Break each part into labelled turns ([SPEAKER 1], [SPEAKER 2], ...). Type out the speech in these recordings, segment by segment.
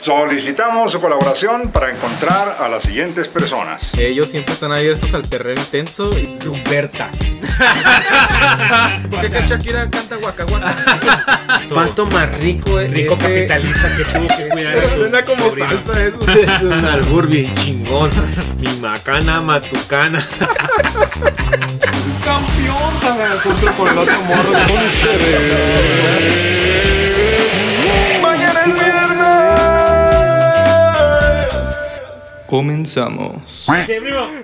[SPEAKER 1] Solicitamos su colaboración para encontrar a las siguientes personas.
[SPEAKER 2] Ellos siempre están abiertos al terreno intenso y...
[SPEAKER 3] Humberta.
[SPEAKER 2] ¿Por qué que Shakira canta guacaguata?
[SPEAKER 3] Cuánto más rico es
[SPEAKER 4] Rico
[SPEAKER 3] ese-
[SPEAKER 4] capitalista que tuvo que cuidar a
[SPEAKER 2] Suena
[SPEAKER 4] sus
[SPEAKER 2] como
[SPEAKER 4] sobrinos.
[SPEAKER 2] salsa eso.
[SPEAKER 3] Es un albur bien chingón. Mi macana matucana.
[SPEAKER 5] Comenzamos.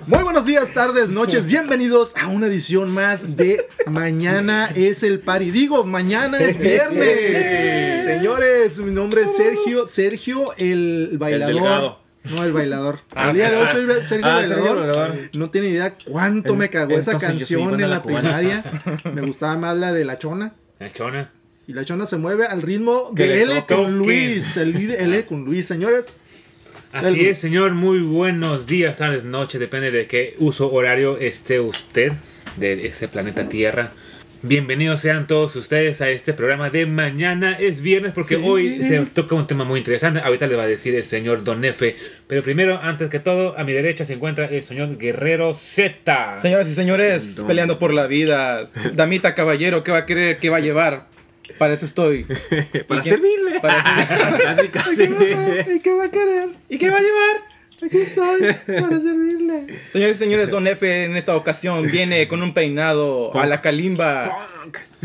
[SPEAKER 6] Muy buenos días, tardes, noches. Bienvenidos a una edición más de Mañana es el par. Y digo, mañana es viernes. Señores, mi nombre es Sergio. Sergio, el bailador.
[SPEAKER 4] delgado.
[SPEAKER 6] no, el bailador.
[SPEAKER 4] Ah,
[SPEAKER 6] el día de hoy
[SPEAKER 4] ah,
[SPEAKER 6] soy Sergio
[SPEAKER 3] ah, Sergio
[SPEAKER 6] Bailador.
[SPEAKER 3] Bailador.
[SPEAKER 6] No tiene idea cuánto me cagó esa
[SPEAKER 3] entonces yo soy Iván
[SPEAKER 6] canción en
[SPEAKER 3] a la
[SPEAKER 6] la
[SPEAKER 3] cubana.
[SPEAKER 6] primaria. Me gustaba más la de La Chona.
[SPEAKER 4] La chona.
[SPEAKER 6] Y La Chona se mueve al ritmo
[SPEAKER 4] Que
[SPEAKER 6] de
[SPEAKER 4] le
[SPEAKER 6] L
[SPEAKER 4] toca
[SPEAKER 6] con
[SPEAKER 4] un qué.
[SPEAKER 6] Luis. El L con Luis, señores.
[SPEAKER 4] Así es, señor. Muy buenos días, tardes, noches. Depende de qué uso horario esté usted de este planeta Tierra. Bienvenidos sean todos ustedes a este programa de mañana. Es viernes porque hoy se toca un tema muy interesante. Ahorita le va a decir el señor Don Efe. Pero primero, antes que todo, a mi derecha se encuentra el señor Guerrero Z.
[SPEAKER 2] Señoras y señores, peleando por la vida. Damita, caballero, ¿qué va a querer? ¿Qué va a llevar? Para eso estoy.
[SPEAKER 3] Para
[SPEAKER 2] ¿Y qué-
[SPEAKER 3] servirle.
[SPEAKER 2] para servir-
[SPEAKER 3] Casi, casi.
[SPEAKER 6] ¿Y qué va a querer?
[SPEAKER 2] ¿Y qué va a llevar?
[SPEAKER 6] Aquí estoy para servirle.
[SPEAKER 2] Señores y señores, Don F en esta ocasión viene con un peinado a la calimba,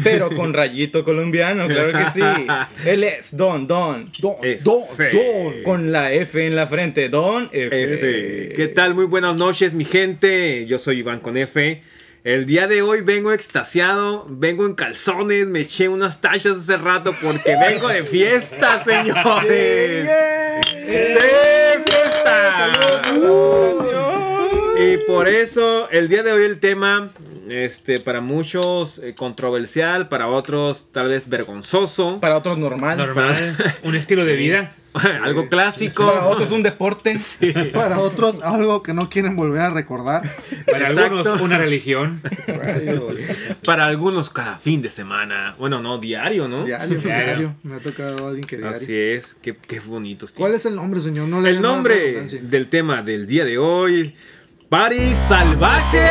[SPEAKER 2] pero con rayito colombiano, claro que sí. Él es Don Don,
[SPEAKER 6] Don,
[SPEAKER 3] Eh,
[SPEAKER 6] don, don.
[SPEAKER 2] con la F en la frente, Don F.
[SPEAKER 3] F. ¿Qué tal? Muy buenas noches, mi gente. Yo soy Iván con F. El día de hoy vengo extasiado, vengo en calzones, me eché unas tachas hace rato porque vengo de fiesta, señores. ¡Sí, fiesta! Y por eso el día de hoy el tema, este, para muchos eh, controversial, para otros tal vez vergonzoso,
[SPEAKER 2] Para otros normal,
[SPEAKER 4] Normal, un estilo de vida.
[SPEAKER 3] algo clásico.
[SPEAKER 2] para otros un deporte.
[SPEAKER 6] Para otros, algo que no quieren volver a recordar.
[SPEAKER 4] Para
[SPEAKER 3] Exacto.
[SPEAKER 4] algunos, una religión.
[SPEAKER 3] Para algunos cada fin de semana. Bueno, no, diario, ¿no?
[SPEAKER 6] Diario,
[SPEAKER 4] Claro.
[SPEAKER 6] diario. Me ha tocado alguien que diario.
[SPEAKER 3] Así es, qué, qué bonitos tiempos.
[SPEAKER 6] ¿Cuál es el nombre, señor? No le
[SPEAKER 3] El
[SPEAKER 6] hagan nada de
[SPEAKER 3] nombre
[SPEAKER 6] redundancia.
[SPEAKER 3] del tema del día de hoy, Party Salvaje.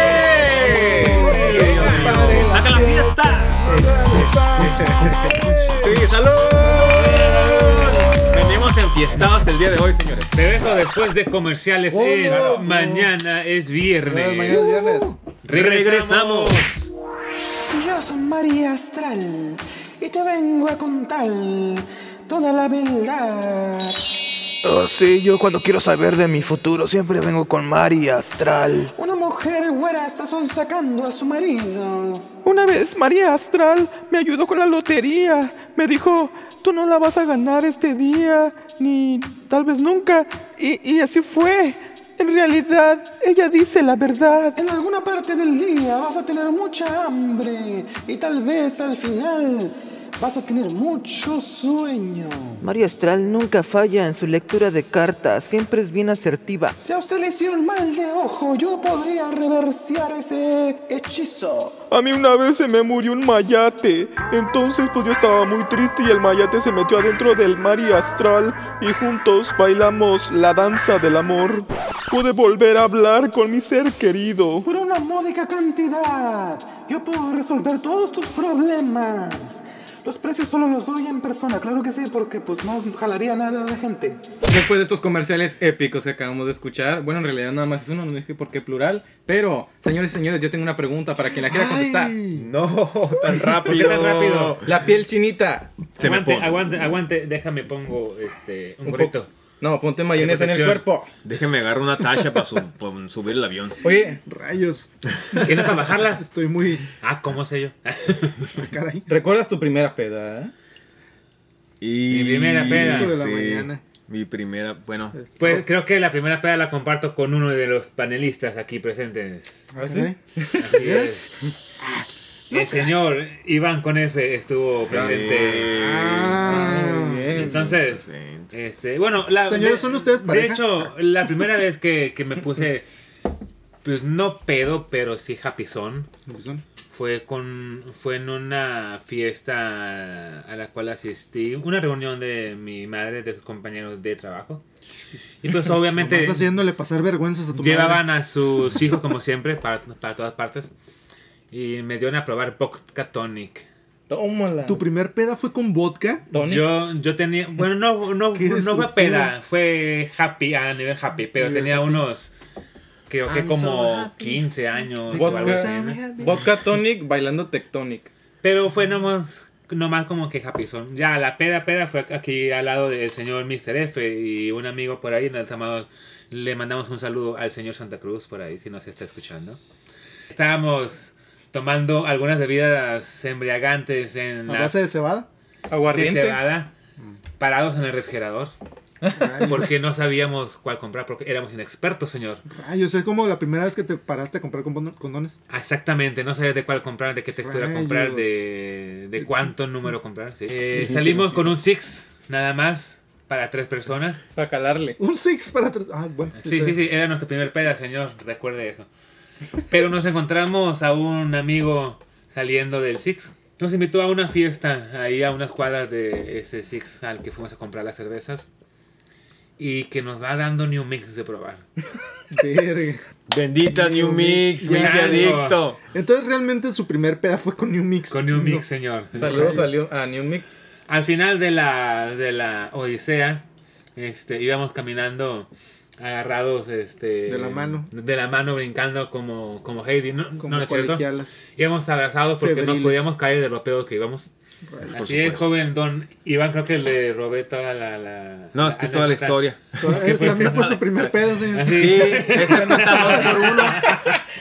[SPEAKER 3] ¡Saca la fiesta! ¡Sí, salud! Venimos enfiestados el día de hoy, señores.
[SPEAKER 4] Te dejo después de comerciales
[SPEAKER 6] Oh,
[SPEAKER 4] en
[SPEAKER 6] no. Ah,
[SPEAKER 4] Mañana es
[SPEAKER 6] Mañana
[SPEAKER 4] Eh.
[SPEAKER 6] es viernes.
[SPEAKER 4] Uh. Regresamos.
[SPEAKER 7] Si yo soy María Astral y te vengo a contar toda la verdad.
[SPEAKER 8] Oh, sí, yo cuando quiero saber de mi futuro siempre vengo con Mari Astral.
[SPEAKER 7] Una mujer güera está sonsacando a su marido.
[SPEAKER 8] Una vez María Astral me ayudó con la lotería. Me dijo, tú no la vas a ganar este día, ni tal vez nunca. Y, y así fue. En realidad, ella dice la verdad.
[SPEAKER 7] En alguna parte del día vas a tener mucha hambre y tal vez al final vas a tener mucho sueño.
[SPEAKER 9] María Astral nunca falla en su lectura de cartas, siempre es bien asertiva.
[SPEAKER 7] Si a usted le hicieron mal de ojo, yo podría reversear ese hechizo.
[SPEAKER 8] A mí una vez se me murió un mayate. Entonces pues yo estaba muy triste y el mayate se metió adentro del mar y astral y juntos bailamos la danza del amor. Pude volver a hablar con mi ser querido.
[SPEAKER 7] Por una módica cantidad, yo puedo resolver todos tus problemas. Los precios solo los doy en persona, claro que sí, porque pues no jalaría nada de gente.
[SPEAKER 2] Después de estos comerciales épicos que acabamos de escuchar, bueno, en realidad nada más es uno, no dije por qué plural, pero señores y señores, yo tengo una pregunta para quien la quiera contestar.
[SPEAKER 3] No, tan rápido.
[SPEAKER 4] qué tan rápido?
[SPEAKER 2] La piel chinita.
[SPEAKER 3] Se me
[SPEAKER 4] aguante,
[SPEAKER 3] pone.
[SPEAKER 4] aguante, aguante, déjame pongo este un,
[SPEAKER 2] Un
[SPEAKER 4] gorrito.
[SPEAKER 2] poco- No, ponte mayonesa en el
[SPEAKER 4] Protección.
[SPEAKER 2] cuerpo.
[SPEAKER 3] Déjeme agarrar una tacha para su- para subir el avión.
[SPEAKER 2] Oye,
[SPEAKER 6] Rayos.
[SPEAKER 4] ¿Tienes para bajarlas?
[SPEAKER 6] Estoy muy.
[SPEAKER 4] Ah, ¿cómo sé yo?
[SPEAKER 6] Caray.
[SPEAKER 2] ¿recuerdas tu primera peda? eh?
[SPEAKER 3] Y
[SPEAKER 4] Mi primera peda.
[SPEAKER 6] Cinco de la mañana.
[SPEAKER 3] Mi primera, bueno,
[SPEAKER 4] Pues creo que la primera peda la comparto con uno de los panelistas aquí presentes.
[SPEAKER 2] ¿Ah, sí?
[SPEAKER 6] Caray.
[SPEAKER 4] Así es. El señor Iván con F estuvo presente.
[SPEAKER 6] Ah.
[SPEAKER 2] Bien.
[SPEAKER 4] Entonces,
[SPEAKER 3] presente.
[SPEAKER 4] este, bueno, la,
[SPEAKER 6] Señores, ¿son ustedes
[SPEAKER 4] De
[SPEAKER 6] pareja?
[SPEAKER 4] hecho, la primera vez que, que me puse, pues no pedo, pero sí japizón,
[SPEAKER 6] Lupizón.
[SPEAKER 4] fue con fue en una fiesta a la cual asistí, una reunión de mi madre, de sus compañeros de trabajo. Y pues obviamente
[SPEAKER 6] Estás haciéndole pasar vergüenzas a tu
[SPEAKER 4] llevaban
[SPEAKER 6] madre.
[SPEAKER 4] a sus hijos como siempre para, para todas partes y me dieron a probar vodka tonic.
[SPEAKER 2] Tómala.
[SPEAKER 6] Tu primer peda fue con vodka.
[SPEAKER 2] Tonic.
[SPEAKER 4] Yo, yo tenía, bueno, no, no,
[SPEAKER 6] Qué
[SPEAKER 4] no fue
[SPEAKER 6] destructiva.
[SPEAKER 4] peda, fue happy, a nivel happy, pero tenía unos, creo que
[SPEAKER 6] I'm so
[SPEAKER 4] como
[SPEAKER 6] happy.
[SPEAKER 4] 15 años.
[SPEAKER 2] Vodka.
[SPEAKER 4] o algo así, ¿no?
[SPEAKER 2] Vodka Tonic bailando Tectonic.
[SPEAKER 4] Pero fue nomás, nomás como que happy son. Ya, la peda, peda fue aquí al lado del señor Mr. F y un amigo por ahí, nos llamamos- le mandamos un saludo al señor Santa Cruz por ahí, si nos está escuchando. Estábamos tomando algunas bebidas embriagantes en
[SPEAKER 6] A
[SPEAKER 4] la
[SPEAKER 6] base de Mm. cebada.
[SPEAKER 4] de
[SPEAKER 2] Aguardiente.
[SPEAKER 4] cebada, parados en el refrigerador.
[SPEAKER 6] pues.
[SPEAKER 4] Porque no sabíamos cuál comprar, porque éramos inexpertos, señor.
[SPEAKER 6] Rayos, es como la primera vez que te paraste a comprar condo- condones.
[SPEAKER 4] Ah, Exactamente, no sabías de cuál comprar, de qué textura comprar,
[SPEAKER 6] Rayos.
[SPEAKER 4] de, de cuánto número comprar. sí. Eh, salimos con un six, nada más, para tres personas.
[SPEAKER 2] Para calarle.
[SPEAKER 6] Un six para tres. Ah, bueno.
[SPEAKER 4] Sí, sí, sí, era nuestro primer peda, señor, recuerde eso. Pero nos encontramos a un amigo saliendo del Six. Nos invitó a una fiesta ahí a unas cuadras de ese Six al que fuimos a comprar las cervezas. Y que nos va dando New Mix de probar.
[SPEAKER 6] Verga.
[SPEAKER 3] Bendita New Mix,
[SPEAKER 4] Ya.
[SPEAKER 3] pinche adicto.
[SPEAKER 6] Entonces realmente su primer peda fue con New Mix.
[SPEAKER 4] Con New Mix, señor.
[SPEAKER 2] Saludos a, Liu- a New Mix.
[SPEAKER 4] Al final de la, de la Odisea, este, íbamos caminando agarrados este,
[SPEAKER 6] De la mano.
[SPEAKER 4] De la mano, brincando como, como Heidi. No,
[SPEAKER 6] Como
[SPEAKER 4] no, no es cierto.
[SPEAKER 6] colegialas.
[SPEAKER 4] Íbamos abrazados porque no
[SPEAKER 6] Febriles.
[SPEAKER 4] podíamos caer de lo peor que íbamos. Así es, joven Don Iván, creo que le robé toda la... la-
[SPEAKER 3] No, es que es toda la
[SPEAKER 4] anécdota.
[SPEAKER 3] historia.
[SPEAKER 6] Eh, También fue su primer peda, señor.
[SPEAKER 4] Así,
[SPEAKER 3] Sí, es que cuenta dos por uno.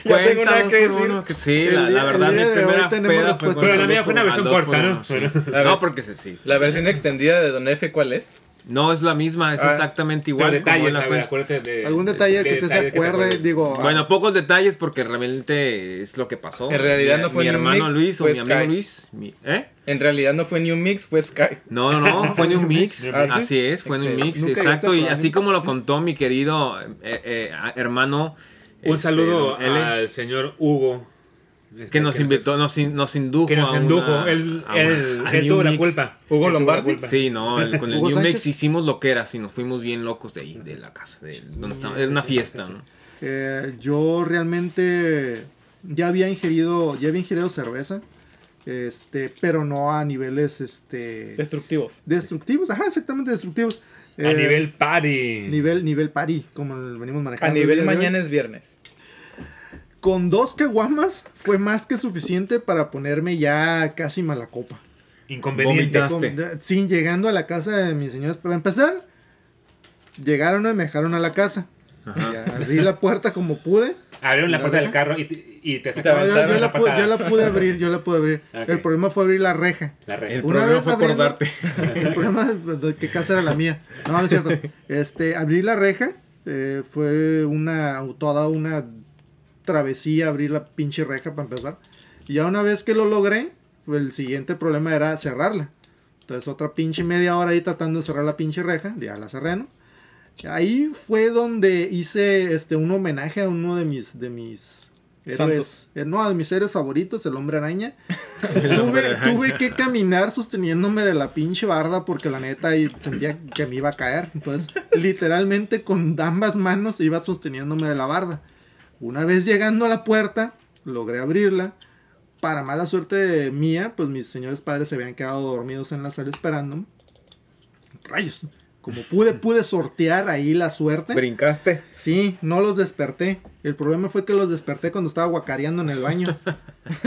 [SPEAKER 3] Cuenta
[SPEAKER 2] tengo nada
[SPEAKER 3] dos
[SPEAKER 2] que
[SPEAKER 3] por
[SPEAKER 2] decir.
[SPEAKER 3] uno, que Sí,
[SPEAKER 6] El
[SPEAKER 3] la,
[SPEAKER 6] día-
[SPEAKER 3] la verdad,
[SPEAKER 6] el
[SPEAKER 3] mi
[SPEAKER 6] día de hoy
[SPEAKER 3] primera
[SPEAKER 6] tenemos
[SPEAKER 3] peda
[SPEAKER 6] respuestas
[SPEAKER 4] Pero la mía fue una
[SPEAKER 3] al
[SPEAKER 4] versión
[SPEAKER 3] dos por
[SPEAKER 4] corta,
[SPEAKER 3] uno,
[SPEAKER 4] ¿no?
[SPEAKER 3] sí.
[SPEAKER 4] Bueno.
[SPEAKER 3] No, porque se sí.
[SPEAKER 2] La versión extendida de Don F, ¿cuál es?
[SPEAKER 3] No es la misma, es
[SPEAKER 2] Ah,
[SPEAKER 3] exactamente
[SPEAKER 4] Igual
[SPEAKER 3] igual. como
[SPEAKER 4] detalles,
[SPEAKER 3] él la
[SPEAKER 4] a ver,
[SPEAKER 3] cuenta.
[SPEAKER 4] acuérdate de-
[SPEAKER 6] Algún detalle
[SPEAKER 4] de
[SPEAKER 6] que usted se
[SPEAKER 4] detalles te
[SPEAKER 6] acuerde,
[SPEAKER 4] acuerdes.
[SPEAKER 6] digo. ah,
[SPEAKER 3] Bueno, pocos detalles porque realmente es lo que pasó.
[SPEAKER 2] En realidad no
[SPEAKER 3] Mi-
[SPEAKER 2] fue
[SPEAKER 3] mi
[SPEAKER 2] ni un
[SPEAKER 3] hermano
[SPEAKER 2] mix,
[SPEAKER 3] Luis o
[SPEAKER 2] fue
[SPEAKER 3] mi amigo
[SPEAKER 2] Sky.
[SPEAKER 3] Luis. mi- ¿Eh?
[SPEAKER 2] En realidad no fue New Mix, fue Sky.
[SPEAKER 3] No, no, no, fue en un mix.
[SPEAKER 2] ¿Ah, sí?
[SPEAKER 3] Así es, fue en un
[SPEAKER 2] Excelente.
[SPEAKER 3] mix,
[SPEAKER 6] Nunca
[SPEAKER 3] exacto.
[SPEAKER 6] llegaste a
[SPEAKER 3] Y
[SPEAKER 6] probar
[SPEAKER 3] así
[SPEAKER 6] mix.
[SPEAKER 3] como lo contó mi querido eh, eh, a- hermano.
[SPEAKER 4] Un
[SPEAKER 3] este,
[SPEAKER 4] saludo
[SPEAKER 3] don L,
[SPEAKER 4] al señor Hugo. este,
[SPEAKER 3] que nos invitó, nos, in- nos indujo.
[SPEAKER 4] Que nos
[SPEAKER 3] a
[SPEAKER 4] indujo.
[SPEAKER 3] una-
[SPEAKER 4] él
[SPEAKER 3] a
[SPEAKER 4] él,
[SPEAKER 3] una- al
[SPEAKER 4] él
[SPEAKER 3] New
[SPEAKER 4] tuvo la
[SPEAKER 3] Mix.
[SPEAKER 4] culpa.
[SPEAKER 2] ¿Hugo
[SPEAKER 4] Él tuvo la
[SPEAKER 2] Lombardi?
[SPEAKER 4] culpa.
[SPEAKER 3] Sí, no, el- con el
[SPEAKER 6] ¿Hugo
[SPEAKER 3] New Mix
[SPEAKER 6] Sánchez?
[SPEAKER 3] hicimos lo que era, sí, nos fuimos bien locos de ahí, de la casa, de donde estábamos. Era una fiesta, ¿no?
[SPEAKER 6] Eh, yo realmente ya había ingerido, ya había ingerido cerveza, este, pero no a niveles, este,
[SPEAKER 2] Destructivos.
[SPEAKER 6] destructivos, ajá, exactamente destructivos.
[SPEAKER 4] A
[SPEAKER 6] Eh,
[SPEAKER 4] nivel party.
[SPEAKER 6] nivel, nivel pari, como lo venimos
[SPEAKER 2] A
[SPEAKER 6] manejando. el
[SPEAKER 2] nivel
[SPEAKER 6] día de hoy.
[SPEAKER 2] mañana es viernes.
[SPEAKER 6] Con dos caguamas fue más que suficiente para ponerme ya casi mala copa.
[SPEAKER 4] Inconveniente.
[SPEAKER 3] Vomita. Gaste.
[SPEAKER 6] Con- sí, llegando a la casa de mis señores. Para empezar, llegaron y me dejaron a la casa. Y abrí la puerta como pude.
[SPEAKER 4] Abrieron la puerta
[SPEAKER 6] ¿La
[SPEAKER 4] del carro y te, y te
[SPEAKER 6] No,
[SPEAKER 4] sacaron
[SPEAKER 6] yo,
[SPEAKER 4] la
[SPEAKER 6] yo la pude,
[SPEAKER 4] patada.
[SPEAKER 6] yo la pude abrir, yo la pude abrir.
[SPEAKER 4] Ok.
[SPEAKER 6] El problema fue abrir la reja.
[SPEAKER 4] La reja.
[SPEAKER 3] El problema fue acordarte.
[SPEAKER 6] El problema de de que casa era la mía. No, no es cierto. Este, abrí la reja. eh, fue una toda una travesía abrir la pinche reja para empezar. Y ya una vez que lo logré, el siguiente problema era cerrarla. Entonces otra pinche media hora ahí tratando de cerrar la pinche reja. Ya la cerré, ¿no? Ahí fue donde hice este, un homenaje a uno de mis, de mis héroes. eh, no, de mis héroes favoritos, el hombre araña. tuve, tuve que caminar sosteniéndome de la pinche barda porque la neta y sentía que me iba a caer. Entonces, literalmente con ambas manos iba sosteniéndome de la barda. Una vez llegando a la puerta, logré abrirla. Para mala suerte mía, pues mis señores padres se habían quedado dormidos en la sala esperándome. Rayos. Como pude, pude sortear ahí la suerte.
[SPEAKER 3] Brincaste.
[SPEAKER 6] Sí, no los desperté. El problema fue que los desperté cuando estaba guacareando en el baño.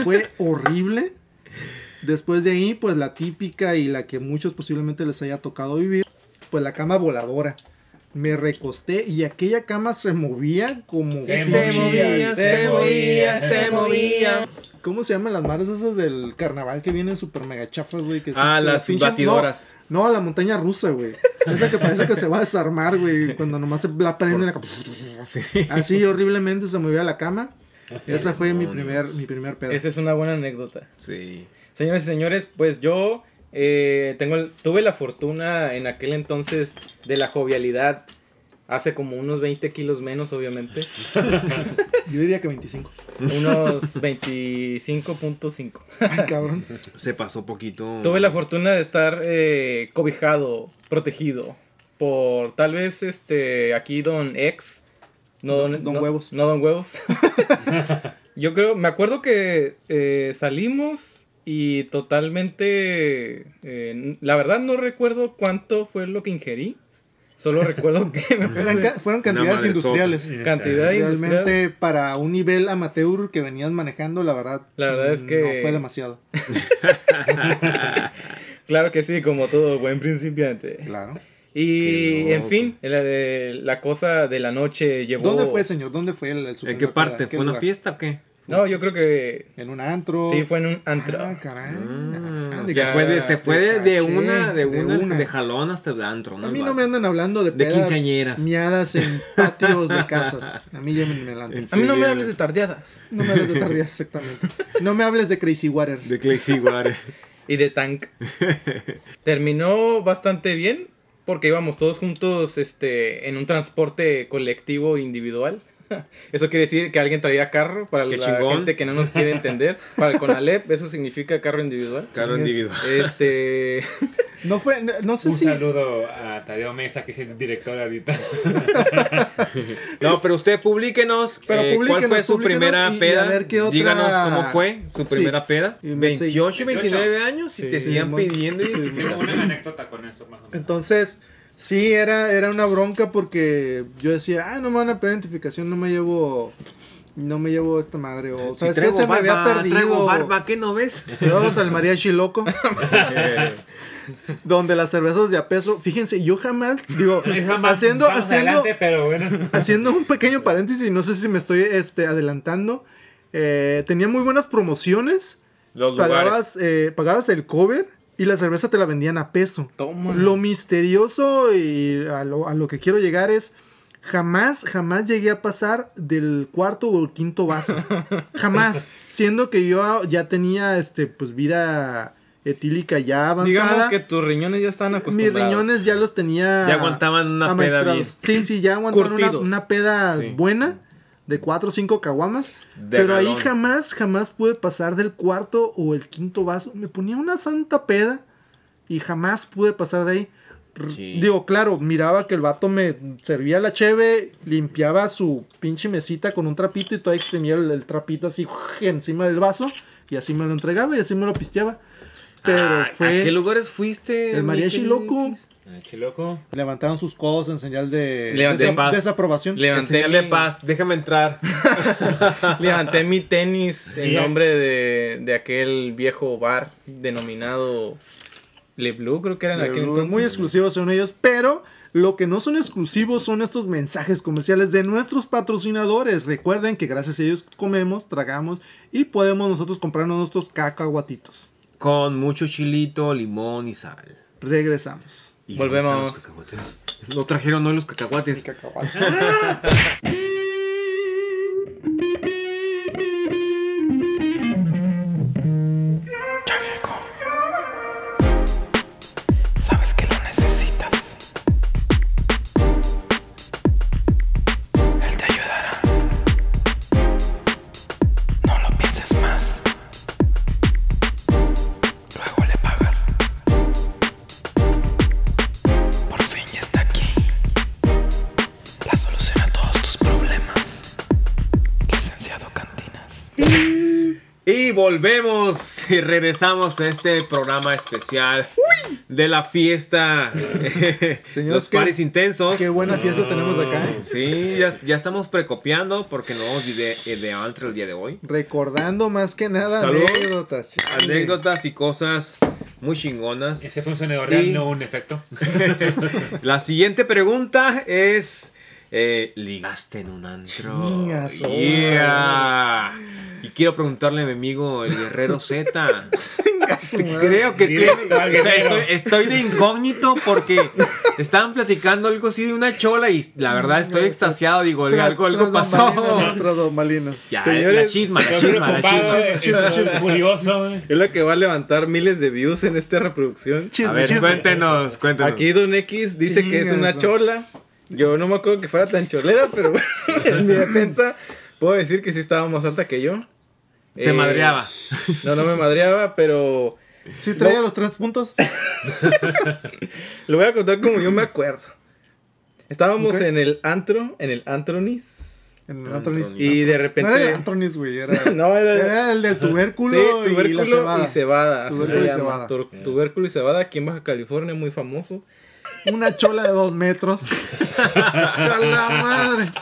[SPEAKER 6] fue horrible. Después de ahí, pues la típica y la que muchos posiblemente les haya tocado vivir, pues la cama voladora. Me recosté y aquella cama se movía como...
[SPEAKER 4] Se
[SPEAKER 3] Se
[SPEAKER 6] pinche-
[SPEAKER 3] movía, se movía, se movía.
[SPEAKER 6] ¿Cómo se llaman las madres esas del carnaval que vienen super mega chafas, güey? Que
[SPEAKER 3] Ah,
[SPEAKER 6] son- que
[SPEAKER 3] las
[SPEAKER 6] pinchan-
[SPEAKER 3] batidoras.
[SPEAKER 6] No, no, la montaña rusa, güey. Esa que parece que se va a desarmar, güey. Cuando nomás se la prenden. la- Así horriblemente se movió a la cama. Esa fue mi primer, mi primer pedo.
[SPEAKER 2] Esa es una buena anécdota.
[SPEAKER 3] Sí.
[SPEAKER 2] Señoras y señores, pues yo eh, tengo, el- tuve la fortuna en aquel entonces de la jovialidad. Hace como unos 20 kilos menos, obviamente.
[SPEAKER 6] Yo diría que 25.
[SPEAKER 2] unos 25.5.
[SPEAKER 6] Ay, cabrón.
[SPEAKER 3] Se pasó poquito.
[SPEAKER 2] Tuve la fortuna de estar eh, cobijado, protegido por tal vez este aquí don ex, no
[SPEAKER 6] Don- Don
[SPEAKER 2] no-
[SPEAKER 6] Huevos.
[SPEAKER 2] no don huevos. Yo creo, me acuerdo que eh, salimos y totalmente, eh, la verdad no recuerdo cuánto fue lo que ingerí, solo recuerdo que me
[SPEAKER 6] Eran
[SPEAKER 2] puse
[SPEAKER 6] ca- fueron
[SPEAKER 3] Una
[SPEAKER 6] cantidades
[SPEAKER 3] madresota.
[SPEAKER 6] industriales. Eh,
[SPEAKER 2] cantidad industrial.
[SPEAKER 6] Realmente para un nivel amateur que venían manejando, la verdad. mm,
[SPEAKER 2] La verdad es que-
[SPEAKER 6] No fue demasiado.
[SPEAKER 2] Claro que sí, como todo buen principiante.
[SPEAKER 6] Claro.
[SPEAKER 2] Y
[SPEAKER 3] Qué
[SPEAKER 2] en
[SPEAKER 3] loco.
[SPEAKER 2] fin, la, de- la cosa de la noche llevó.
[SPEAKER 6] ¿Dónde fue, señor? ¿Dónde fue el, el
[SPEAKER 3] ¿En qué
[SPEAKER 6] supermercado?
[SPEAKER 3] parte?
[SPEAKER 6] qué
[SPEAKER 3] ¿Fue una
[SPEAKER 6] lugar?
[SPEAKER 3] fiesta o qué?
[SPEAKER 2] No, yo creo que
[SPEAKER 6] En un antro.
[SPEAKER 2] sí fue en un antro.
[SPEAKER 6] Ah, caray.
[SPEAKER 3] Ah,
[SPEAKER 6] Ah,
[SPEAKER 3] se
[SPEAKER 6] de
[SPEAKER 2] sea,
[SPEAKER 6] ca-
[SPEAKER 3] fue de, se
[SPEAKER 6] de
[SPEAKER 3] fue de, de
[SPEAKER 6] caché,
[SPEAKER 3] una, de
[SPEAKER 6] de
[SPEAKER 3] una,
[SPEAKER 6] una.
[SPEAKER 3] de jalón hasta el antro, ¿no?
[SPEAKER 6] A
[SPEAKER 3] El
[SPEAKER 6] mí no
[SPEAKER 3] vato.
[SPEAKER 6] me andan hablando de
[SPEAKER 3] De
[SPEAKER 6] pedas
[SPEAKER 3] quinceañeras.
[SPEAKER 6] miadas en patios de casas. A mí ya me me adelanto.
[SPEAKER 2] A mí no
[SPEAKER 3] Sí,
[SPEAKER 2] me
[SPEAKER 3] bien.
[SPEAKER 2] hables de tardeadas.
[SPEAKER 6] No me hables de tardías, exactamente. No me hables de Crazy Water.
[SPEAKER 3] De Crazy Water.
[SPEAKER 2] Y de tank. Terminó bastante bien porque íbamos todos juntos este, en un transporte colectivo individual. Eso quiere decir que alguien traía carro para
[SPEAKER 3] Qué
[SPEAKER 2] la
[SPEAKER 3] chingón.
[SPEAKER 2] gente que no nos quiere entender. Para el Conalep, eso significa carro individual.
[SPEAKER 3] Caro
[SPEAKER 6] Sí, es.
[SPEAKER 3] individuo.
[SPEAKER 2] Este.
[SPEAKER 6] No fue, no, no sé
[SPEAKER 4] Un
[SPEAKER 6] si.
[SPEAKER 4] saludo a Tadeo Mesa, que es el director ahorita.
[SPEAKER 3] No, pero usted publíquenos.
[SPEAKER 6] Pero
[SPEAKER 3] eh, ¿Cuál fue
[SPEAKER 6] publíquenos,
[SPEAKER 3] su
[SPEAKER 6] publíquenos
[SPEAKER 3] primera
[SPEAKER 6] y- y a
[SPEAKER 3] peda?
[SPEAKER 6] ver qué otra-
[SPEAKER 3] Díganos cómo fue su
[SPEAKER 6] Sí.
[SPEAKER 3] primera peda.
[SPEAKER 6] Y me
[SPEAKER 3] 28, 29 años y
[SPEAKER 2] Sí,
[SPEAKER 3] te
[SPEAKER 2] sí,
[SPEAKER 3] sigan
[SPEAKER 6] mon-
[SPEAKER 3] pidiendo
[SPEAKER 6] sí,
[SPEAKER 4] Tengo
[SPEAKER 3] identificación.
[SPEAKER 4] una anécdota con eso, más o menos.
[SPEAKER 6] Entonces, sí, era, era una bronca porque yo decía, ah, no me van a pedir identificación, no me llevo. No me llevo esta madre. O,
[SPEAKER 3] Si
[SPEAKER 6] ¿sabes qué?
[SPEAKER 3] traigo
[SPEAKER 6] Se me había
[SPEAKER 3] barba, traigo
[SPEAKER 6] perdido.
[SPEAKER 3] barba, ¿qué no ves?
[SPEAKER 6] Saludos al mariachi loco. donde las cervezas de a peso. Fíjense, yo jamás, digo,
[SPEAKER 4] Vamos
[SPEAKER 6] haciendo,
[SPEAKER 4] adelante,
[SPEAKER 6] haciendo,
[SPEAKER 4] pero bueno.
[SPEAKER 6] haciendo un pequeño paréntesis, no sé si me estoy este, adelantando. eh, tenía muy buenas promociones.
[SPEAKER 3] Los lugares.
[SPEAKER 6] Pagabas, eh, pagabas el cover y la cerveza te la vendían a peso.
[SPEAKER 2] Toma.
[SPEAKER 6] Lo misterioso y a lo, a lo que quiero llegar es. Jamás, jamás llegué a pasar del cuarto o el quinto vaso. Jamás. Siendo que yo ya tenía este, pues vida etílica ya avanzada.
[SPEAKER 2] Digamos que tus riñones ya están
[SPEAKER 6] Mis
[SPEAKER 2] acostumbrados.
[SPEAKER 6] riñones ya los tenía.
[SPEAKER 3] Ya aguantaban una peda
[SPEAKER 6] amaestrados.
[SPEAKER 3] bien.
[SPEAKER 6] Sí, sí, ya aguantaban una,
[SPEAKER 2] Curtidos.
[SPEAKER 6] una peda
[SPEAKER 3] Sí.
[SPEAKER 6] buena de cuatro o cinco caguamas.
[SPEAKER 3] De
[SPEAKER 6] Pero ahí
[SPEAKER 3] galón.
[SPEAKER 6] jamás, jamás pude pasar del cuarto o el quinto vaso. Me ponía una santa peda y jamás pude pasar de ahí. R-
[SPEAKER 3] Sí.
[SPEAKER 6] Digo, claro, miraba que el vato me servía la cheve, limpiaba su pinche mesita con un trapito y todavía extendía el, el trapito así encima del vaso y así me lo entregaba y así me lo pisteaba. Pero
[SPEAKER 3] Ah,
[SPEAKER 6] fue
[SPEAKER 3] ¿A qué lugares fuiste?
[SPEAKER 6] el mariachi
[SPEAKER 3] Miquel?
[SPEAKER 6] loco.
[SPEAKER 4] Ah, Chiloco.
[SPEAKER 6] Levantaron sus codos en señal de,
[SPEAKER 2] Levanté
[SPEAKER 6] desa-
[SPEAKER 3] paz.
[SPEAKER 6] desaprobación.
[SPEAKER 2] Le-
[SPEAKER 3] En
[SPEAKER 2] Levanté
[SPEAKER 3] señal de
[SPEAKER 2] mi-
[SPEAKER 3] paz, déjame entrar.
[SPEAKER 2] Levanté mi tenis en
[SPEAKER 4] Bien.
[SPEAKER 2] nombre de, de aquel viejo bar denominado Le Blue, creo que era en aquel entonces.
[SPEAKER 6] Muy exclusivos son ellos, pero lo que no son exclusivos son estos mensajes comerciales de nuestros patrocinadores. Recuerden que gracias a ellos comemos, tragamos y podemos nosotros comprarnos nuestros cacahuatitos.
[SPEAKER 3] Con mucho chilito, limón y sal.
[SPEAKER 6] Regresamos.
[SPEAKER 3] Y ¿dónde están los cacahuates? Lo trajeron hoy los cacahuates.
[SPEAKER 5] Sabes que lo necesitas. Él te ayudará. No lo pienses más. Luego le pagas. Por fin ya está aquí. La solución a todos tus problemas. Licenciado Cantinas.
[SPEAKER 3] Y volvemos y regresamos a este programa especial de la fiesta.
[SPEAKER 6] Señores,
[SPEAKER 3] los
[SPEAKER 6] qué-
[SPEAKER 3] pares intensos.
[SPEAKER 6] Qué buena fiesta tenemos acá. ¿eh?
[SPEAKER 3] Sí, ya, ya estamos precopiando porque no vamos de, de antro el día de hoy.
[SPEAKER 6] Recordando más que nada
[SPEAKER 3] Salud.
[SPEAKER 6] anécdotas.
[SPEAKER 3] Anécdotas y cosas muy chingonas.
[SPEAKER 4] Ese fue un sonido
[SPEAKER 3] Y-
[SPEAKER 4] real, no un efecto.
[SPEAKER 3] La siguiente pregunta es: eh, ¿Ligaste en un antro?
[SPEAKER 6] Chingas, oh.
[SPEAKER 3] Yeah. Y quiero preguntarle a mi amigo, el Guerrero Z.
[SPEAKER 6] Venga, su madre.
[SPEAKER 3] Creo que
[SPEAKER 4] Directo
[SPEAKER 3] creo-
[SPEAKER 4] al guerrero.
[SPEAKER 3] estoy, estoy de incógnito porque estaban platicando algo así de una chola y la verdad estoy extasiado. Digo,
[SPEAKER 6] Tras-
[SPEAKER 3] algo, algo
[SPEAKER 6] tras
[SPEAKER 3] pasó.
[SPEAKER 6] bambalinas, tras bambalinas.
[SPEAKER 3] Ya, la
[SPEAKER 2] Señores,
[SPEAKER 3] chisma, la
[SPEAKER 4] Estoy
[SPEAKER 3] chisma, la
[SPEAKER 4] preocupado,
[SPEAKER 3] chisma.
[SPEAKER 4] eh, estoy curioso. eh.
[SPEAKER 2] Es la que va a levantar miles de views en esta reproducción.
[SPEAKER 6] Chisme,
[SPEAKER 3] A ver,
[SPEAKER 6] chisme.
[SPEAKER 3] cuéntenos, cuéntenos.
[SPEAKER 2] Aquí Don X dice que es una
[SPEAKER 6] Chingas.
[SPEAKER 2] chola. Yo no me acuerdo que fuera tan cholera, pero en mi defensa Puedo decir que sí estaba más alta que yo.
[SPEAKER 3] Te
[SPEAKER 2] Eh,
[SPEAKER 3] madreaba.
[SPEAKER 2] No, no me madreaba, pero
[SPEAKER 6] ¿Sí traía los tres puntos?
[SPEAKER 2] lo voy a contar como yo me acuerdo. Estábamos en el antro, en el Antronis,
[SPEAKER 6] En el Antronis.
[SPEAKER 2] y de
[SPEAKER 6] No era el
[SPEAKER 2] repente...
[SPEAKER 6] Antronis, güey. Era,
[SPEAKER 2] No, era-
[SPEAKER 6] era el del tubérculo,
[SPEAKER 2] sí,
[SPEAKER 6] y
[SPEAKER 2] tubérculo
[SPEAKER 6] la cebada.
[SPEAKER 2] y cebada. así se
[SPEAKER 6] Tubérculo y
[SPEAKER 2] llama,
[SPEAKER 6] cebada.
[SPEAKER 2] tur- Tubérculo y cebada, aquí en Baja California, muy famoso.
[SPEAKER 6] Una chola de dos metros. ¡A la madre!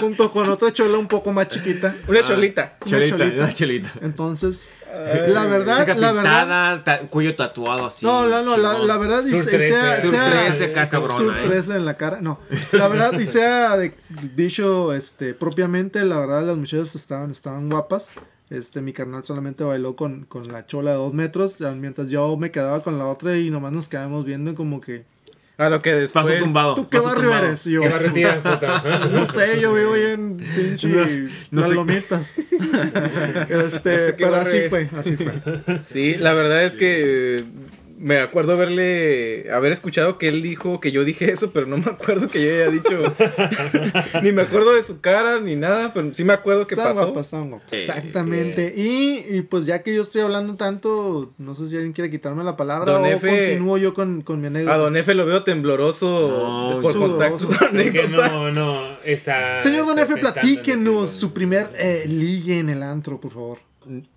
[SPEAKER 6] Junto con otra chola un poco más chiquita.
[SPEAKER 3] Ah.
[SPEAKER 2] Una cholita.
[SPEAKER 6] Una
[SPEAKER 3] Chelita,
[SPEAKER 6] cholita.
[SPEAKER 3] una chelita.
[SPEAKER 6] Entonces, la verdad,
[SPEAKER 3] Saca
[SPEAKER 6] la verdad.
[SPEAKER 3] pintada, ta- cuello tatuado así.
[SPEAKER 6] No, no, no, la,
[SPEAKER 3] chingón.
[SPEAKER 6] la verdad, y
[SPEAKER 4] Sur
[SPEAKER 6] se- y sea,
[SPEAKER 4] 13,
[SPEAKER 3] Sur
[SPEAKER 6] sea-
[SPEAKER 3] 13 acá,
[SPEAKER 6] Sur
[SPEAKER 3] cabrona, eh.
[SPEAKER 6] 13 en la cara, no. La verdad, y sea de- dicho este, propiamente, la verdad, las muchachas estaban, estaban guapas. Este, mi carnal solamente bailó con, con la chola de dos metros, ya- mientras yo me quedaba con la otra y nomás nos quedamos viendo como que,
[SPEAKER 2] A lo que después...
[SPEAKER 3] Paso tumbado.
[SPEAKER 6] ¿tú qué
[SPEAKER 3] paso
[SPEAKER 6] barrio
[SPEAKER 3] tumbado.
[SPEAKER 6] eres? Y yo,
[SPEAKER 4] ¿Qué barrio tienes, puta?
[SPEAKER 6] no sé, yo vivo ahí en pinche
[SPEAKER 3] No- no sé.
[SPEAKER 6] las lomitas. este,
[SPEAKER 2] sé qué
[SPEAKER 6] pero
[SPEAKER 2] barrio
[SPEAKER 6] así
[SPEAKER 2] es.
[SPEAKER 6] fue, así fue.
[SPEAKER 2] Sí, la verdad es que eh, me acuerdo haberle, haber escuchado que él dijo que yo dije eso, pero no me acuerdo que yo haya dicho, ni me acuerdo de su cara ni nada, pero sí me acuerdo que
[SPEAKER 6] Estaban
[SPEAKER 2] pasó.
[SPEAKER 6] guapas, estaban guapas. Exactamente. Y, y pues ya que yo estoy hablando tanto, no sé si alguien quiere quitarme la palabra
[SPEAKER 2] Don
[SPEAKER 6] o
[SPEAKER 2] Efe.
[SPEAKER 6] continúo yo con, con mi anécdota.
[SPEAKER 2] A Don Efe lo veo tembloroso
[SPEAKER 3] No,
[SPEAKER 2] por
[SPEAKER 6] sudoroso.
[SPEAKER 2] contacto. con
[SPEAKER 4] Porque
[SPEAKER 2] anécdota.
[SPEAKER 4] no, no, está.
[SPEAKER 6] Señor Don
[SPEAKER 4] está
[SPEAKER 6] Efe,
[SPEAKER 4] pensando en
[SPEAKER 6] platíquenos
[SPEAKER 4] eso.
[SPEAKER 6] su primer eh, ligue en el antro, por favor.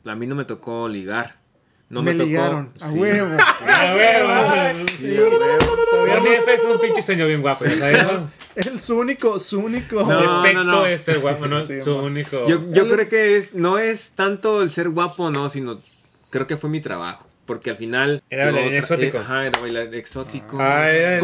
[SPEAKER 3] A mí no me tocó ligar. No
[SPEAKER 6] me,
[SPEAKER 3] me, tocó.
[SPEAKER 6] ligaron, a
[SPEAKER 3] sí.
[SPEAKER 6] huevo.
[SPEAKER 4] ¡A Ah, huevo!
[SPEAKER 6] Sí,
[SPEAKER 4] Don Efe es un pinche señor bien guapo, ¿ya sabes? no?
[SPEAKER 6] el, su único, su único.
[SPEAKER 3] No,
[SPEAKER 4] El efecto
[SPEAKER 3] no, no.
[SPEAKER 4] es ser guapo, ¿no?
[SPEAKER 6] Sí,
[SPEAKER 4] Su
[SPEAKER 6] amor.
[SPEAKER 4] único.
[SPEAKER 3] Yo, pues, yo creo que es, no es tanto el ser guapo, no, sino creo que fue mi trabajo. Porque al final.
[SPEAKER 4] Era bailarín
[SPEAKER 3] lo otra-
[SPEAKER 4] exótico.
[SPEAKER 3] eh, ajá, era bailar exótico.
[SPEAKER 2] Ah, era-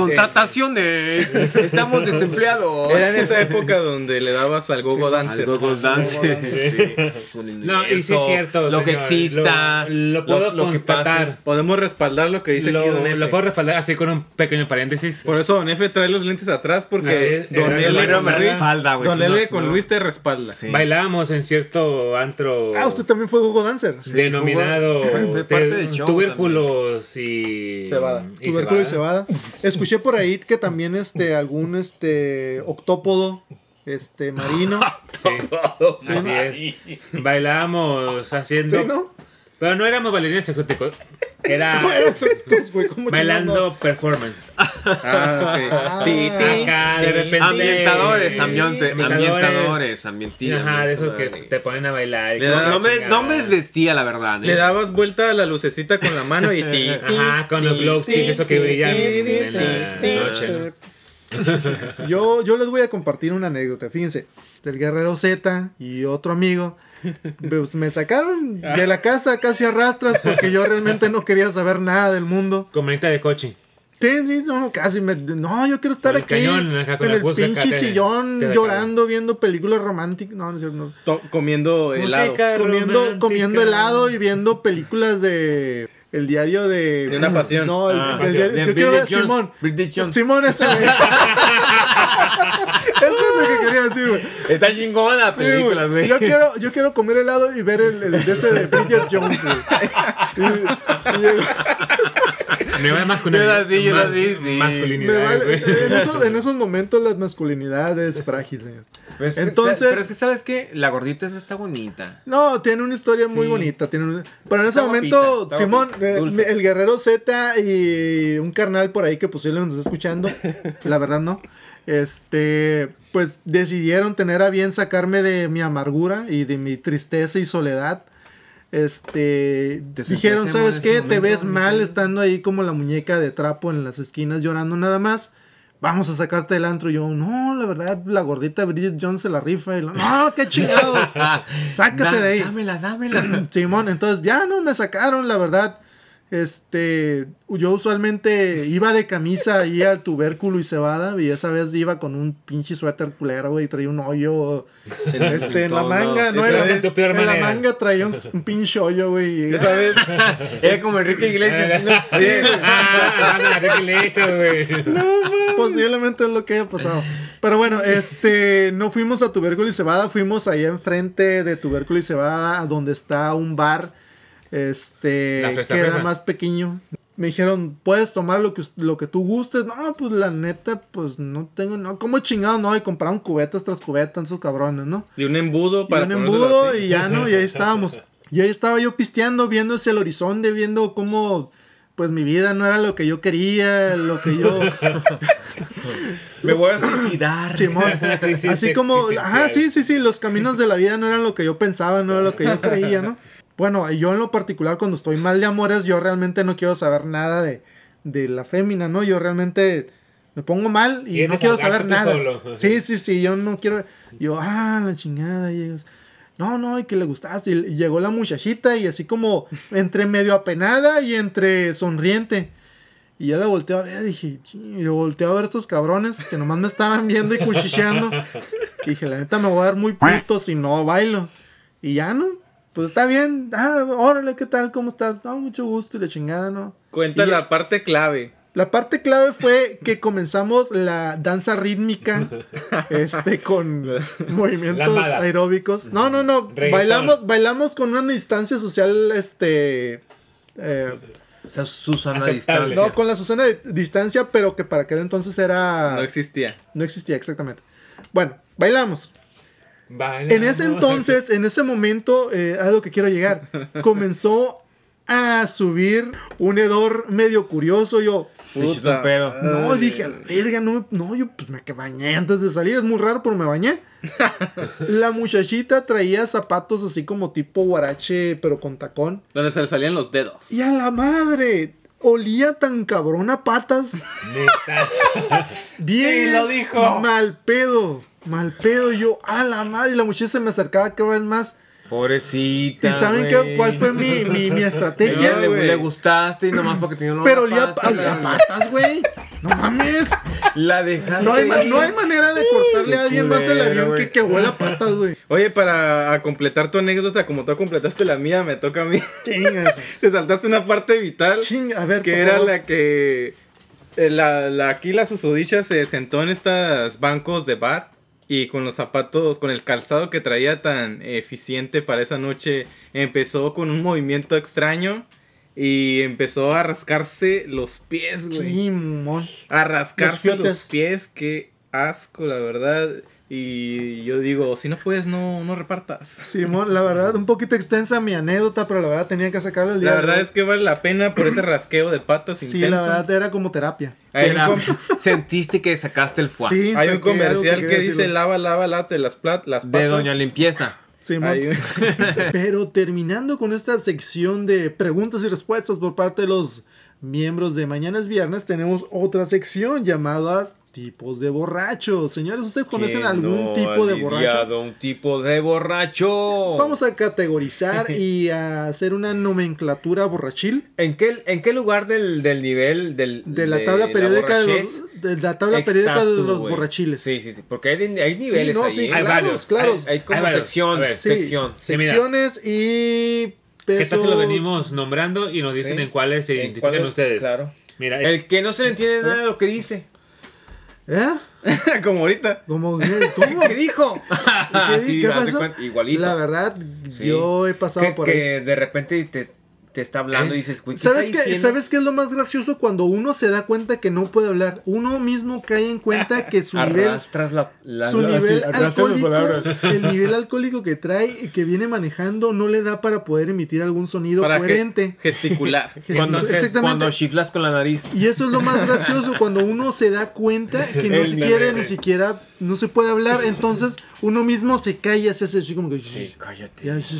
[SPEAKER 3] Contrataciones. Estamos desempleados.
[SPEAKER 2] Era en esa época donde le dabas al gogo dancer.
[SPEAKER 3] Algo con dance. Sí.
[SPEAKER 4] No, y sí es cierto.
[SPEAKER 3] Lo
[SPEAKER 4] señor.
[SPEAKER 3] que exista.
[SPEAKER 4] Lo, lo puedo
[SPEAKER 3] lo que
[SPEAKER 4] constatar.
[SPEAKER 3] pase.
[SPEAKER 2] Podemos respaldar lo que dice aquí Don
[SPEAKER 4] Lo,
[SPEAKER 2] Efe.
[SPEAKER 4] lo puedo respaldar así con un pequeño paréntesis.
[SPEAKER 2] Por eso Don Efe trae los lentes atrás porque
[SPEAKER 4] Así es,
[SPEAKER 2] Don
[SPEAKER 4] era-
[SPEAKER 2] L
[SPEAKER 4] era
[SPEAKER 2] con
[SPEAKER 4] una
[SPEAKER 2] Luis,
[SPEAKER 3] respalda, güey,
[SPEAKER 2] Don
[SPEAKER 3] si no,
[SPEAKER 2] L
[SPEAKER 3] si
[SPEAKER 2] con
[SPEAKER 3] no.
[SPEAKER 2] Luis te respalda.
[SPEAKER 3] Sí.
[SPEAKER 4] Bailábamos en cierto antro
[SPEAKER 6] Ah, usted también fue Gogo Dancer.
[SPEAKER 4] denominado
[SPEAKER 3] Fue
[SPEAKER 4] te-
[SPEAKER 3] parte del show
[SPEAKER 4] tubérculos y
[SPEAKER 2] Cebada.
[SPEAKER 4] y
[SPEAKER 6] Tubérculo y cebada. Escuché por ahí que también este, algún este, octópodo este, marino.
[SPEAKER 4] Sí. Así es. Bailábamos haciendo.
[SPEAKER 6] ¿Sí, no?
[SPEAKER 4] Pero no éramos bailarines ejecutivos. Era
[SPEAKER 6] ¿Cómo eran esos, pues, güey? ¿Cómo
[SPEAKER 4] bailando performance.
[SPEAKER 2] Ah, ok. Ti, ti.
[SPEAKER 4] Acá de repente.
[SPEAKER 3] Ambientadores, ambiente-
[SPEAKER 4] ambientadores.
[SPEAKER 3] ambientadores, ambientillos.
[SPEAKER 4] Ajá, de
[SPEAKER 3] esa
[SPEAKER 4] esos que
[SPEAKER 3] madre.
[SPEAKER 4] te ponen a bailar. y
[SPEAKER 2] Le
[SPEAKER 4] que
[SPEAKER 2] da-
[SPEAKER 4] la
[SPEAKER 3] No me,
[SPEAKER 4] chingada.
[SPEAKER 3] no me desvestía, la verdad. ¿eh?
[SPEAKER 2] Le dabas vuelta a la lucecita con la mano y ti. ti,
[SPEAKER 4] Ajá, con los
[SPEAKER 2] ti,
[SPEAKER 4] glow sticks,
[SPEAKER 2] ti,
[SPEAKER 4] eso que
[SPEAKER 2] ti,
[SPEAKER 4] brillan
[SPEAKER 2] ti, ti,
[SPEAKER 4] en la
[SPEAKER 2] ti,
[SPEAKER 4] noche.
[SPEAKER 2] ti.
[SPEAKER 6] Yo, yo les voy a compartir una anécdota, fíjense. El guerrero Z y otro amigo pues, me sacaron de la casa casi a rastras porque yo realmente no quería saber nada del mundo.
[SPEAKER 4] Con manita de coche.
[SPEAKER 6] Sí, sí, no, casi me- no, yo quiero estar
[SPEAKER 4] Con el
[SPEAKER 6] aquí
[SPEAKER 4] cañón, acá con
[SPEAKER 6] en
[SPEAKER 4] la
[SPEAKER 6] el
[SPEAKER 4] busca, acá
[SPEAKER 6] pinche
[SPEAKER 4] te-
[SPEAKER 6] sillón
[SPEAKER 4] te la
[SPEAKER 6] llorando, viendo películas románticas. No, no es cierto, no.
[SPEAKER 2] To- Comiendo helado.
[SPEAKER 4] Música
[SPEAKER 6] Comiendo,
[SPEAKER 4] romántica.
[SPEAKER 6] comiendo helado y viendo películas de. El diario de.
[SPEAKER 2] De una pasión.
[SPEAKER 6] No, el,
[SPEAKER 3] Ah,
[SPEAKER 6] el diario-
[SPEAKER 3] de
[SPEAKER 6] yo quiero ver
[SPEAKER 3] Bridget Jones,
[SPEAKER 6] Simón.
[SPEAKER 3] Bridget Jones.
[SPEAKER 6] Simón, ese güey. Eso es lo que quería decir, güey.
[SPEAKER 3] Está chingón las
[SPEAKER 6] Sí, güey.
[SPEAKER 3] películas, güey.
[SPEAKER 6] Yo quiero, yo quiero comer helado y ver el, el de ese de Bridget Jones, güey. Y- y el-
[SPEAKER 4] Me va más con una-
[SPEAKER 3] Yo era así, yo era
[SPEAKER 4] más-
[SPEAKER 3] así, sí.
[SPEAKER 4] masculinidad,
[SPEAKER 6] me vale-
[SPEAKER 4] güey.
[SPEAKER 6] en, esos, en esos momentos la masculinidad es frágil, señor.
[SPEAKER 3] Pues,
[SPEAKER 6] Entonces-
[SPEAKER 3] Pero es que, ¿sabes qué? La gordita esa está bonita.
[SPEAKER 6] No, tiene una historia muy bonita. Tiene un- Pero en ese
[SPEAKER 3] Está
[SPEAKER 6] momento,
[SPEAKER 3] guapita, está
[SPEAKER 6] Simón,
[SPEAKER 3] guapita,
[SPEAKER 6] eh,
[SPEAKER 3] dulce.
[SPEAKER 6] el guerrero Z y un carnal por ahí que posiblemente nos está escuchando, la verdad no, este, pues decidieron tener a bien sacarme de mi amargura y de mi tristeza y soledad. Este,
[SPEAKER 3] Te
[SPEAKER 6] dijeron,
[SPEAKER 3] sentías emo en
[SPEAKER 6] ¿sabes
[SPEAKER 3] ese
[SPEAKER 6] qué? Te
[SPEAKER 3] momento,
[SPEAKER 6] ves
[SPEAKER 3] amigo".
[SPEAKER 6] mal estando ahí como la muñeca de trapo en las esquinas llorando nada más. Vamos a sacarte del antro. Y yo, no, la verdad, la gordita Bridget Jones se la rifa. Y lo- no, qué chingados. Sácate
[SPEAKER 3] Da-
[SPEAKER 6] de ahí.
[SPEAKER 3] Dámela, dámela.
[SPEAKER 6] Simón, entonces ya no me sacaron, la verdad. Este, yo usualmente iba de camisa ahí al tubérculo y cebada, y esa vez iba con un pinche suéter culero, güey, y traía un hoyo este, en la
[SPEAKER 3] No,
[SPEAKER 6] manga,
[SPEAKER 3] no,
[SPEAKER 6] no,
[SPEAKER 4] esa
[SPEAKER 6] era,
[SPEAKER 4] es tu peor
[SPEAKER 6] en la
[SPEAKER 4] manera.
[SPEAKER 6] manga traía un, un pinche hoyo, güey. y-
[SPEAKER 2] Esa vez,
[SPEAKER 3] Era como Enrique Iglesias. ¿no?
[SPEAKER 2] oye,
[SPEAKER 4] Ah, no, no, ¿qué le echas, güey?
[SPEAKER 6] Posiblemente es lo que haya pasado. Pero bueno, este, no fuimos a Tubérculo y Cebada, fuimos allá enfrente de Tubérculo y Cebada, a donde está un bar, este,
[SPEAKER 4] La Fresa
[SPEAKER 6] que era
[SPEAKER 4] Fresa.
[SPEAKER 6] más pequeño. me dijeron, puedes tomar lo que, us- lo que tú gustes. No, pues la neta, pues no tengo, no, como chingado, no. Y compraron cubetas tras cubetas, esos cabrones, ¿no?
[SPEAKER 2] De un embudo
[SPEAKER 6] Y
[SPEAKER 2] para
[SPEAKER 6] un
[SPEAKER 2] ponérselo
[SPEAKER 6] embudo
[SPEAKER 2] así.
[SPEAKER 6] y ya no, y ahí estábamos. Y ahí estaba yo pisteando, viendo hacia el horizonte, viendo cómo pues mi vida no era lo que yo quería, lo que yo
[SPEAKER 3] Me voy a suicidar.
[SPEAKER 6] Simón.
[SPEAKER 4] Crisis
[SPEAKER 6] Así como,
[SPEAKER 4] existencial.
[SPEAKER 6] ajá, sí, sí, sí, los caminos de la vida no eran lo que yo pensaba, no era lo que yo creía, ¿no? Bueno, yo en lo particular cuando estoy mal de amores, yo realmente no quiero saber nada de, de la fémina, ¿no? Yo realmente me pongo mal y
[SPEAKER 4] Quieres
[SPEAKER 6] no quiero saber nada.
[SPEAKER 4] ahogarte tú solo.
[SPEAKER 6] Sí, sí, sí, yo no quiero... Yo, ah, la chingada, y ellos, No, no, y que le gustaste. Y y llegó la muchachita y así como entre medio apenada y entre sonriente. Y ya la volteé a ver, dije, "Chin", y yo volteé a ver a estos cabrones que nomás me estaban viendo y cuchicheando. Y dije, la neta me voy a ver muy puto si no bailo. Y ya no, pues está bien, ah, órale, ¿qué tal? ¿Cómo estás? No, mucho gusto y la chingada, ¿no?
[SPEAKER 2] Cuenta
[SPEAKER 6] Y ya-
[SPEAKER 2] la parte clave.
[SPEAKER 6] La parte clave fue que comenzamos la danza rítmica este, con movimientos
[SPEAKER 4] Lambada.
[SPEAKER 6] aeróbicos. No, no, no.
[SPEAKER 4] Reggaetón.
[SPEAKER 6] Bailamos, bailamos con una distancia social, este. eh,
[SPEAKER 3] Susana
[SPEAKER 4] Aceptable.
[SPEAKER 3] Distancia.
[SPEAKER 6] no, con la Susana de distancia, pero que para aquel entonces era.
[SPEAKER 2] No existía.
[SPEAKER 6] no existía, exactamente. Bueno, bailamos.
[SPEAKER 4] Bailamos.
[SPEAKER 6] En ese entonces, en ese momento, eh, a lo que quiero llegar, comenzó a subir un hedor medio curioso. Yo,
[SPEAKER 3] Puta.
[SPEAKER 2] Puta.
[SPEAKER 3] pedo.
[SPEAKER 6] no, dije, a la verga, no, no, yo pues me que bañé antes de salir, es muy raro, pero me bañé. la muchachita traía zapatos así como tipo guarache, pero con tacón.
[SPEAKER 2] Donde se le salían los dedos.
[SPEAKER 6] Y a la madre, olía tan cabrón a patas.
[SPEAKER 4] Neta.
[SPEAKER 6] Bien.
[SPEAKER 2] Sí, lo dijo.
[SPEAKER 6] Mal pedo, mal pedo. Yo, a la madre, y la muchacha se me acercaba cada vez más. ¿Y
[SPEAKER 3] Pobrecita.
[SPEAKER 6] saben qué,
[SPEAKER 3] güey.
[SPEAKER 6] cuál fue mi, mi, mi
[SPEAKER 3] Le,
[SPEAKER 6] estrategia?
[SPEAKER 3] le, le gustaste y nomás porque tenía una
[SPEAKER 6] Pero olía a,
[SPEAKER 3] pata,
[SPEAKER 6] olía a patas, güey. No mames.
[SPEAKER 3] La dejaste.
[SPEAKER 6] No hay, ma- no hay
[SPEAKER 3] ir.
[SPEAKER 6] manera de cortarle a
[SPEAKER 3] Qué
[SPEAKER 6] alguien más el
[SPEAKER 3] culero,
[SPEAKER 6] avión
[SPEAKER 3] güey.
[SPEAKER 6] que, que huela a patas, güey.
[SPEAKER 2] Oye, para a completar tu anécdota, como tú completaste la mía, me toca a mí.
[SPEAKER 6] Chinga eso.
[SPEAKER 2] Te saltaste una parte vital.
[SPEAKER 6] Ching, a ver,
[SPEAKER 2] que
[SPEAKER 6] por
[SPEAKER 2] era
[SPEAKER 6] favor.
[SPEAKER 2] la que eh, la, la- aquí la susodicha se sentó en estos bancos de bar y con los zapatos, con el calzado que traía tan eficiente para esa noche, empezó con un movimiento extraño y empezó a rascarse los pies, güey.
[SPEAKER 6] Chimón.
[SPEAKER 2] A rascarse
[SPEAKER 6] Los
[SPEAKER 2] los,
[SPEAKER 6] fiotes.
[SPEAKER 2] pies, qué asco, la verdad. Y yo digo, si no puedes, no, no repartas.
[SPEAKER 6] Simón, la verdad, un poquito extensa mi anécdota, pero la verdad tenía que sacarlo el día.
[SPEAKER 2] La
[SPEAKER 6] de
[SPEAKER 2] verdad
[SPEAKER 6] hoy.
[SPEAKER 2] es que vale la pena por ese rasqueo de patas
[SPEAKER 6] Sí,
[SPEAKER 2] intenso.
[SPEAKER 6] la verdad era como terapia.
[SPEAKER 2] Ahí
[SPEAKER 3] Era-
[SPEAKER 2] com-
[SPEAKER 3] Sentiste que sacaste el fuá.
[SPEAKER 6] Sí,
[SPEAKER 2] Hay un
[SPEAKER 6] saqué algo
[SPEAKER 2] comercial que,
[SPEAKER 6] quería
[SPEAKER 2] dice
[SPEAKER 6] decirlo.
[SPEAKER 2] lava, lava, late las, plat, las patas.
[SPEAKER 3] De Doña Limpieza.
[SPEAKER 6] Simón.
[SPEAKER 2] Hay un-
[SPEAKER 6] Pero terminando con esta sección de preguntas y respuestas por parte de los miembros de Mañana es Viernes, tenemos otra sección llamada tipos de borrachos. Señores, ¿ustedes conocen
[SPEAKER 3] ¿Quién
[SPEAKER 6] algún
[SPEAKER 3] no
[SPEAKER 6] tipo de
[SPEAKER 3] ha
[SPEAKER 6] borracho?
[SPEAKER 3] lidiado Un tipo de borracho.
[SPEAKER 6] Vamos a categorizar y a hacer una nomenclatura borrachil
[SPEAKER 3] ¿En qué, ¿En qué lugar del, del nivel del,
[SPEAKER 6] de la tabla periódica de los,
[SPEAKER 3] borrachez
[SPEAKER 6] de la tabla
[SPEAKER 3] estás
[SPEAKER 6] periódica de
[SPEAKER 3] tú,
[SPEAKER 6] los
[SPEAKER 3] güey?
[SPEAKER 6] borrachiles?
[SPEAKER 3] Sí, sí, sí. Porque hay, hay niveles
[SPEAKER 6] no,
[SPEAKER 3] ahí.
[SPEAKER 6] sí,
[SPEAKER 3] ¿eh?
[SPEAKER 6] claro, claro.
[SPEAKER 3] Hay, hay como
[SPEAKER 4] Hay varios.
[SPEAKER 3] sección.
[SPEAKER 4] A ver,
[SPEAKER 6] Sí,
[SPEAKER 3] sección.
[SPEAKER 4] Sí, mira.
[SPEAKER 6] secciones y
[SPEAKER 4] ¿Qué tal
[SPEAKER 6] peso.
[SPEAKER 4] si lo venimos nombrando y nos dicen
[SPEAKER 3] Sí.
[SPEAKER 4] en cuáles se
[SPEAKER 3] ¿En
[SPEAKER 4] identifican
[SPEAKER 3] cuál-
[SPEAKER 4] ustedes?
[SPEAKER 3] Claro.
[SPEAKER 4] Mira,
[SPEAKER 3] El que no se le entiende nada de lo que dice.
[SPEAKER 6] ¿Eh?
[SPEAKER 2] Como ahorita.
[SPEAKER 6] ¿Cómo? ¿Cómo?
[SPEAKER 3] ¿Qué dijo?
[SPEAKER 6] ¿Qué,
[SPEAKER 3] Ah, Sí,
[SPEAKER 6] ¿qué
[SPEAKER 3] haz de
[SPEAKER 6] pasó?
[SPEAKER 3] cuenta, igualito.
[SPEAKER 6] La verdad,
[SPEAKER 3] Sí.
[SPEAKER 6] yo he pasado
[SPEAKER 3] que,
[SPEAKER 6] por ahí.
[SPEAKER 3] que de repente te, te está hablando y dices, güey, ¿qué
[SPEAKER 6] ¿Sabes
[SPEAKER 3] está
[SPEAKER 6] qué,
[SPEAKER 3] diciendo?
[SPEAKER 6] ¿Sabes qué es lo más gracioso? Cuando uno se da cuenta que no puede hablar, uno mismo cae en cuenta que su nivel,
[SPEAKER 3] Arrastras la, la-
[SPEAKER 6] su
[SPEAKER 3] la-
[SPEAKER 6] nivel
[SPEAKER 3] arrastras las
[SPEAKER 6] alcohólico,
[SPEAKER 3] palabras.
[SPEAKER 6] el nivel alcohólico que trae y que viene manejando no le da para poder emitir algún sonido
[SPEAKER 2] Para ge-
[SPEAKER 6] coherente.
[SPEAKER 2] gesticular.
[SPEAKER 3] Cuando,
[SPEAKER 6] Entonces, exactamente.
[SPEAKER 3] cuando chiflas con la nariz.
[SPEAKER 6] Y eso es lo más gracioso, cuando uno se da cuenta que no
[SPEAKER 4] El
[SPEAKER 6] se quiere, ni
[SPEAKER 4] meme.
[SPEAKER 6] siquiera, no se puede hablar, entonces uno mismo se calla, se hace así como que...
[SPEAKER 3] Sí, cállate.
[SPEAKER 6] Ya, sí,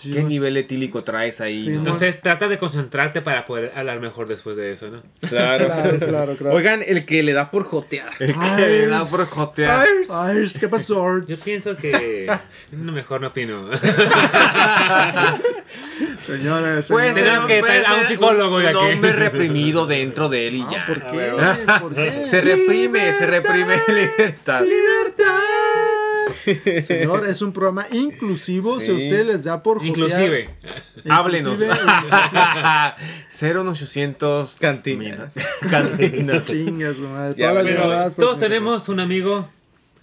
[SPEAKER 6] sí,
[SPEAKER 3] ¿Qué
[SPEAKER 6] bueno.
[SPEAKER 3] nivel etílico traes ahí?
[SPEAKER 6] Sí,
[SPEAKER 3] no?
[SPEAKER 6] mo-
[SPEAKER 4] entonces trata de concentrarte para poder hablar mejor después de eso, ¿no?
[SPEAKER 6] Claro, claro, claro.
[SPEAKER 2] Oigan, el que le da por jotear.
[SPEAKER 3] El que le da por jotear.
[SPEAKER 6] Ay, ¿qué pasó?
[SPEAKER 4] Yo pienso que no, mejor no opino.
[SPEAKER 6] Señores,
[SPEAKER 3] Puede
[SPEAKER 6] señores.
[SPEAKER 3] ser-
[SPEAKER 4] Tenemos
[SPEAKER 3] Pues, puede
[SPEAKER 4] que traer a un
[SPEAKER 3] ser
[SPEAKER 4] psicólogo de
[SPEAKER 3] un
[SPEAKER 4] aquí.
[SPEAKER 3] hombre reprimido dentro de él y ya.
[SPEAKER 6] Ah, ¿Por qué? ¿Por qué?
[SPEAKER 3] Se reprime, se reprime libertad.
[SPEAKER 6] Señor, es un programa inclusivo. Si a
[SPEAKER 3] Sí.
[SPEAKER 6] ustedes les da por jotear,
[SPEAKER 4] Inclusive.
[SPEAKER 3] Háblenos.
[SPEAKER 6] inclusive,
[SPEAKER 3] 01800
[SPEAKER 2] Cantinas.
[SPEAKER 3] Cantinas.
[SPEAKER 6] Chingas, madre.
[SPEAKER 2] Ya,
[SPEAKER 6] Todas las pues,
[SPEAKER 4] Pero
[SPEAKER 6] llamadas
[SPEAKER 4] todos
[SPEAKER 6] personales.
[SPEAKER 4] tenemos un amigo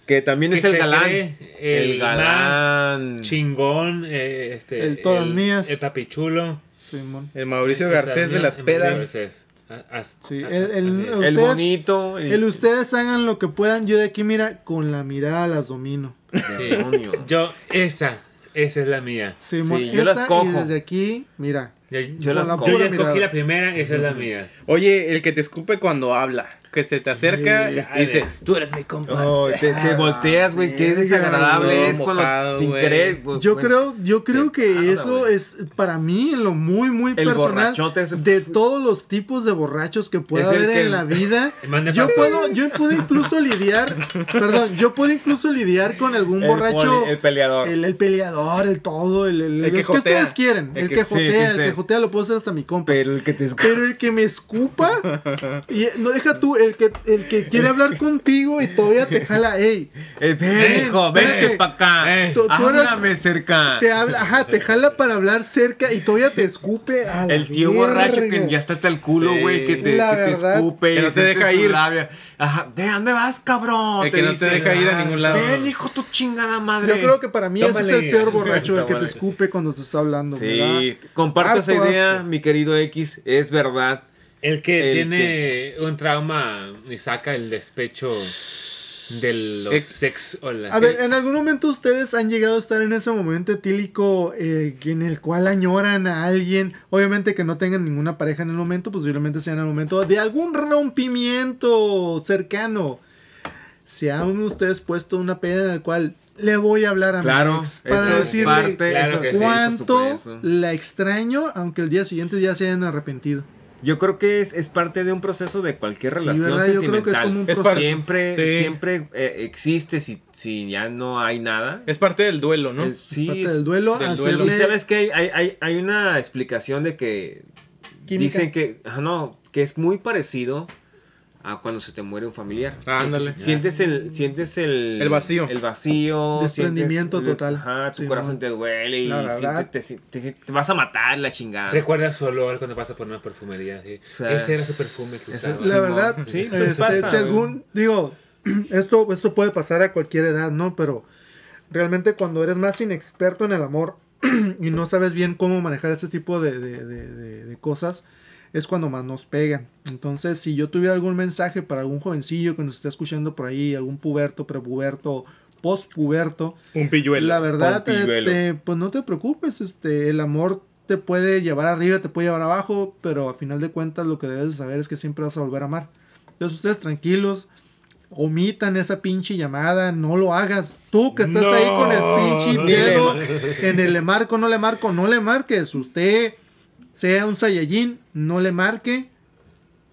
[SPEAKER 3] Que también
[SPEAKER 4] que
[SPEAKER 3] es el
[SPEAKER 4] se
[SPEAKER 3] galán.
[SPEAKER 4] cree
[SPEAKER 3] El
[SPEAKER 4] más
[SPEAKER 3] galán.
[SPEAKER 4] chingón, eh, este,
[SPEAKER 6] El todas mías.
[SPEAKER 4] el papichulo.
[SPEAKER 6] Simón.
[SPEAKER 2] El Mauricio Garcés de las pedas.
[SPEAKER 4] Garcés. Ah, ah,
[SPEAKER 6] Sí,
[SPEAKER 4] ah,
[SPEAKER 6] el, el-
[SPEAKER 4] ah,
[SPEAKER 3] El
[SPEAKER 6] ustedes-
[SPEAKER 3] bonito. El,
[SPEAKER 6] el ustedes hagan lo que puedan. Yo de aquí, mira, con la mirada las domino.
[SPEAKER 4] sí.
[SPEAKER 3] demonio.
[SPEAKER 4] Yo, esa, esa es la mía.
[SPEAKER 6] Simón,
[SPEAKER 3] Sí, yo las
[SPEAKER 6] esa y
[SPEAKER 3] cojo.
[SPEAKER 6] desde aquí, mira.
[SPEAKER 4] Yo,
[SPEAKER 3] Yo las
[SPEAKER 4] yo
[SPEAKER 3] cojo.
[SPEAKER 4] ya
[SPEAKER 6] Pura
[SPEAKER 4] escogí
[SPEAKER 6] mirada.
[SPEAKER 4] la primera, esa es la mía.
[SPEAKER 2] Oye, el que te escupe cuando habla, que se te acerca
[SPEAKER 4] Sí.
[SPEAKER 2] y dice, tú eres mi compa.
[SPEAKER 3] Oh, te, te volteas, güey. Qué
[SPEAKER 6] Verga,
[SPEAKER 3] desagradable
[SPEAKER 2] güey,
[SPEAKER 3] es cuando
[SPEAKER 2] ah, mojado,
[SPEAKER 3] sin
[SPEAKER 2] güey.
[SPEAKER 3] querer. pues,
[SPEAKER 6] Yo
[SPEAKER 3] bueno.
[SPEAKER 6] creo, yo creo que
[SPEAKER 3] nada,
[SPEAKER 6] eso
[SPEAKER 3] güey.
[SPEAKER 6] es para mí en lo muy, muy
[SPEAKER 3] El
[SPEAKER 6] personal
[SPEAKER 3] borrachote ese-
[SPEAKER 6] de todos los tipos de borrachos que pueda
[SPEAKER 3] Es el
[SPEAKER 6] haber
[SPEAKER 3] que-
[SPEAKER 6] en la vida.
[SPEAKER 4] El man de
[SPEAKER 6] Yo
[SPEAKER 4] papas.
[SPEAKER 6] puedo, yo puedo incluso lidiar, perdón, yo puedo incluso lidiar con algún
[SPEAKER 3] El
[SPEAKER 6] borracho,
[SPEAKER 3] poli- el peleador.
[SPEAKER 6] el, el peleador, el todo, el, el,
[SPEAKER 2] El que
[SPEAKER 6] los que
[SPEAKER 2] jotea.
[SPEAKER 6] ustedes quieren,
[SPEAKER 2] El
[SPEAKER 6] el
[SPEAKER 2] que-
[SPEAKER 6] que,
[SPEAKER 2] sí,
[SPEAKER 6] jotea,
[SPEAKER 3] sí,
[SPEAKER 6] el que
[SPEAKER 3] sí.
[SPEAKER 6] jotea lo puedo hacer hasta mi compa.
[SPEAKER 3] Pero el que te escucha.
[SPEAKER 6] Pero el que me escupa, y no deja tú, el que, el que quiere hablar contigo y todavía te jala, ey,
[SPEAKER 3] Eh, ven, hijo,
[SPEAKER 6] espérate.
[SPEAKER 3] vente para acá.
[SPEAKER 2] Eh,
[SPEAKER 6] Tú- tú eres-
[SPEAKER 3] Háblame cerca.
[SPEAKER 6] te habla, ajá, te jala para hablar cerca y todavía te escupe. a la
[SPEAKER 3] El tío borracho que
[SPEAKER 6] verga.
[SPEAKER 3] ya está hasta el culo,
[SPEAKER 2] Sí.
[SPEAKER 3] güey, que te,
[SPEAKER 6] La
[SPEAKER 3] que te
[SPEAKER 6] verdad.
[SPEAKER 3] escupe.
[SPEAKER 2] Que no
[SPEAKER 3] y
[SPEAKER 2] te deja
[SPEAKER 3] siente su
[SPEAKER 2] ir.
[SPEAKER 3] labia. Ajá, ¿de dónde vas, cabrón?
[SPEAKER 2] El que no te deja ir a ningún lado.
[SPEAKER 3] Ven, hijo, tu chingada madre.
[SPEAKER 6] Yo creo que para mí ese es
[SPEAKER 4] Tómale.
[SPEAKER 6] el peor borracho, el que te
[SPEAKER 4] Tómale.
[SPEAKER 6] escupe cuando te está hablando. me
[SPEAKER 3] Sí,
[SPEAKER 6] da
[SPEAKER 3] comparto esa
[SPEAKER 6] harto
[SPEAKER 3] idea,
[SPEAKER 6] asco.
[SPEAKER 3] mi querido X, es verdad.
[SPEAKER 4] El que
[SPEAKER 3] El
[SPEAKER 4] tiene un trauma y saca el despecho de los
[SPEAKER 2] Ex-
[SPEAKER 4] sex o las
[SPEAKER 6] A ver,
[SPEAKER 4] ex.
[SPEAKER 6] ¿en algún momento ustedes han llegado a estar en ese momento etílico eh, en el cual añoran a alguien? Obviamente que no tengan ninguna pareja en el momento, pues posiblemente sea en el momento de algún rompimiento cercano. ¿Se han ustedes puesto una peda en el cual le voy a hablar a mi
[SPEAKER 3] Claro,
[SPEAKER 6] ex
[SPEAKER 3] eso
[SPEAKER 6] para
[SPEAKER 3] es
[SPEAKER 6] decirle
[SPEAKER 3] parte,
[SPEAKER 4] claro
[SPEAKER 3] eso
[SPEAKER 4] que
[SPEAKER 3] sí, por
[SPEAKER 6] cuánto
[SPEAKER 3] supuesto.
[SPEAKER 6] la extraño, aunque el día siguiente ya se hayan arrepentido?
[SPEAKER 3] Yo creo que es, es parte de un proceso de cualquier
[SPEAKER 6] Sí,
[SPEAKER 3] relación
[SPEAKER 6] ¿verdad? Yo creo que es
[SPEAKER 3] sentimental.
[SPEAKER 6] como un
[SPEAKER 3] Es
[SPEAKER 6] proceso.
[SPEAKER 3] siempre,
[SPEAKER 2] Sí.
[SPEAKER 3] siempre eh, existe si, si ya no hay nada.
[SPEAKER 2] Es parte del duelo, ¿no?
[SPEAKER 3] Es- sí,
[SPEAKER 6] parte
[SPEAKER 3] es-
[SPEAKER 6] del duelo,
[SPEAKER 2] del
[SPEAKER 6] hacerle-
[SPEAKER 2] duelo.
[SPEAKER 3] Y sabes que hay, hay, hay, hay una explicación de que
[SPEAKER 6] Química.
[SPEAKER 3] dicen que ah, no, que es muy parecido a cuando se te muere un familiar.
[SPEAKER 2] Ándale.
[SPEAKER 3] Sientes el, sientes el,
[SPEAKER 2] El vacío.
[SPEAKER 3] El vacío.
[SPEAKER 6] Desprendimiento
[SPEAKER 3] sientes-
[SPEAKER 6] total.
[SPEAKER 3] Ajá, tu
[SPEAKER 6] Sí,
[SPEAKER 3] corazón
[SPEAKER 6] no.
[SPEAKER 3] te duele y
[SPEAKER 6] La verdad.
[SPEAKER 3] sientes- te, te- te vas a matar la chingada.
[SPEAKER 4] Recuerda su olor cuando pasa por una perfumería. sí.
[SPEAKER 3] sea,
[SPEAKER 4] Ese era su perfume que
[SPEAKER 3] eso-
[SPEAKER 4] usaba.
[SPEAKER 6] La
[SPEAKER 3] Simón.
[SPEAKER 6] verdad,
[SPEAKER 3] Sí,
[SPEAKER 6] este,
[SPEAKER 3] pues pasa,
[SPEAKER 6] si
[SPEAKER 3] güey.
[SPEAKER 6] algún, digo, esto, esto puede pasar a cualquier edad, ¿no? Pero realmente cuando eres más inexperto en el amor y no sabes bien cómo manejar este tipo de, de- de- de- de cosas, es cuando más nos pegan. Entonces, si yo tuviera algún mensaje para algún jovencillo que nos esté escuchando por ahí, algún puberto, prepuberto, postpuberto,
[SPEAKER 2] Un pilluelo.
[SPEAKER 6] la verdad,
[SPEAKER 3] Pompilluelo.
[SPEAKER 6] este, pues no te preocupes, este, el amor te puede llevar arriba, te puede llevar abajo, pero a final de cuentas lo que debes de saber es que siempre vas a volver a amar. Entonces ustedes tranquilos, omitan esa pinche llamada, no lo hagas. Tú que estás ahí con el pinche dedo en el le marco, no le marco, no le marques. Usted sea un Saiyajin, no le marque.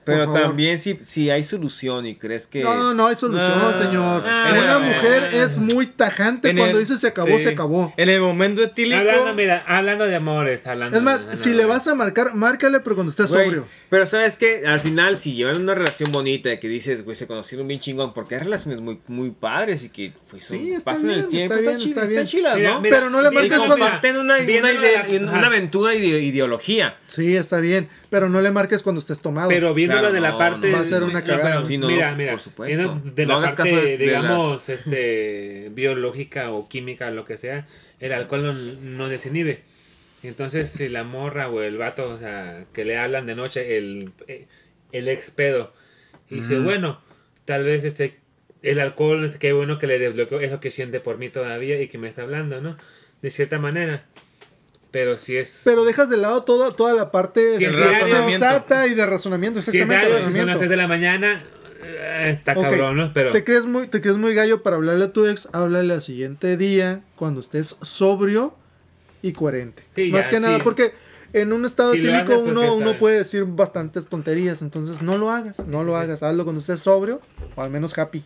[SPEAKER 6] Por
[SPEAKER 3] Pero
[SPEAKER 6] favor.
[SPEAKER 3] también si, si hay solución y crees que...
[SPEAKER 6] No, no hay solución,
[SPEAKER 3] No.
[SPEAKER 6] señor.
[SPEAKER 3] Ah,
[SPEAKER 6] Una
[SPEAKER 3] eh.
[SPEAKER 6] mujer es muy tajante
[SPEAKER 2] En
[SPEAKER 6] cuando
[SPEAKER 2] el-
[SPEAKER 6] dice se acabó,
[SPEAKER 2] sí.
[SPEAKER 6] se acabó.
[SPEAKER 2] En el momento etílico.
[SPEAKER 4] Hablando, mira, hablando de amores, hablando
[SPEAKER 6] Es más,
[SPEAKER 4] hablando
[SPEAKER 6] si
[SPEAKER 4] de-
[SPEAKER 6] le vas a marcar, márcale, pero cuando estés
[SPEAKER 3] Güey,
[SPEAKER 6] sobrio.
[SPEAKER 3] Pero sabes que al final, si llevan una relación bonita que dices, güey, se conocieron bien chingón, porque hay relaciones muy, muy padres y que pues, son-
[SPEAKER 6] Sí, está
[SPEAKER 3] pasan el
[SPEAKER 6] bien,
[SPEAKER 3] tiempo,
[SPEAKER 6] está bien,
[SPEAKER 3] chila-
[SPEAKER 6] está bien.
[SPEAKER 3] chilas,
[SPEAKER 4] Mira,
[SPEAKER 3] ¿no?
[SPEAKER 4] mira,
[SPEAKER 6] Pero no le
[SPEAKER 4] mira,
[SPEAKER 6] marques
[SPEAKER 4] mira,
[SPEAKER 6] cuando
[SPEAKER 4] mira,
[SPEAKER 3] Comparten una, una,
[SPEAKER 4] viéndolo
[SPEAKER 3] ide-
[SPEAKER 4] de la-
[SPEAKER 3] una
[SPEAKER 4] ajá.
[SPEAKER 3] aventura y ide- ideología.
[SPEAKER 6] Sí, está bien, pero no le marques cuando estés tomado.
[SPEAKER 4] Pero viéndolo
[SPEAKER 3] Claro,
[SPEAKER 4] de la
[SPEAKER 3] no,
[SPEAKER 4] parte.
[SPEAKER 3] no.
[SPEAKER 6] Va a ser una
[SPEAKER 4] no,
[SPEAKER 6] cagada.
[SPEAKER 4] pero
[SPEAKER 3] Sí, no,
[SPEAKER 4] mira,
[SPEAKER 3] por
[SPEAKER 4] mira.
[SPEAKER 3] supuesto.
[SPEAKER 4] viendo De
[SPEAKER 3] No
[SPEAKER 4] la
[SPEAKER 3] hagas
[SPEAKER 4] parte,
[SPEAKER 3] caso de- de
[SPEAKER 4] digamos, este, biológica o química, lo que sea, el alcohol no, no desinhibe. Entonces, si la morra o el vato, o sea, que le hablan de noche, el, eh, el ex pedo, y dice, bueno, tal vez este. El alcohol, qué bueno que le desbloqueó eso que siente por mí todavía y que me está hablando, ¿no? De cierta manera. Pero si es.
[SPEAKER 6] Pero dejas de lado toda, toda la parte
[SPEAKER 4] Sí,
[SPEAKER 6] de
[SPEAKER 4] el razonamiento.
[SPEAKER 6] sensata y de razonamiento.
[SPEAKER 4] Si en
[SPEAKER 6] Exactamente,
[SPEAKER 4] algo, si son las
[SPEAKER 6] razonamiento.
[SPEAKER 4] 3 de la mañana, eh, está
[SPEAKER 6] Ok,
[SPEAKER 4] cabrón, ¿no? Pero
[SPEAKER 6] Te crees, muy, te crees muy gallo para hablarle a tu ex, háblale al siguiente día, cuando estés sobrio y coherente.
[SPEAKER 4] Sí,
[SPEAKER 6] Más
[SPEAKER 4] ya,
[SPEAKER 6] que nada,
[SPEAKER 4] sí.
[SPEAKER 6] porque en un estado
[SPEAKER 4] Si lo
[SPEAKER 6] típico
[SPEAKER 4] haces, pues,
[SPEAKER 6] uno,
[SPEAKER 4] ya
[SPEAKER 6] uno
[SPEAKER 4] saben.
[SPEAKER 6] puede decir bastantes tonterías, entonces no lo hagas, no lo hagas, hazlo cuando estés sobrio o al menos happy.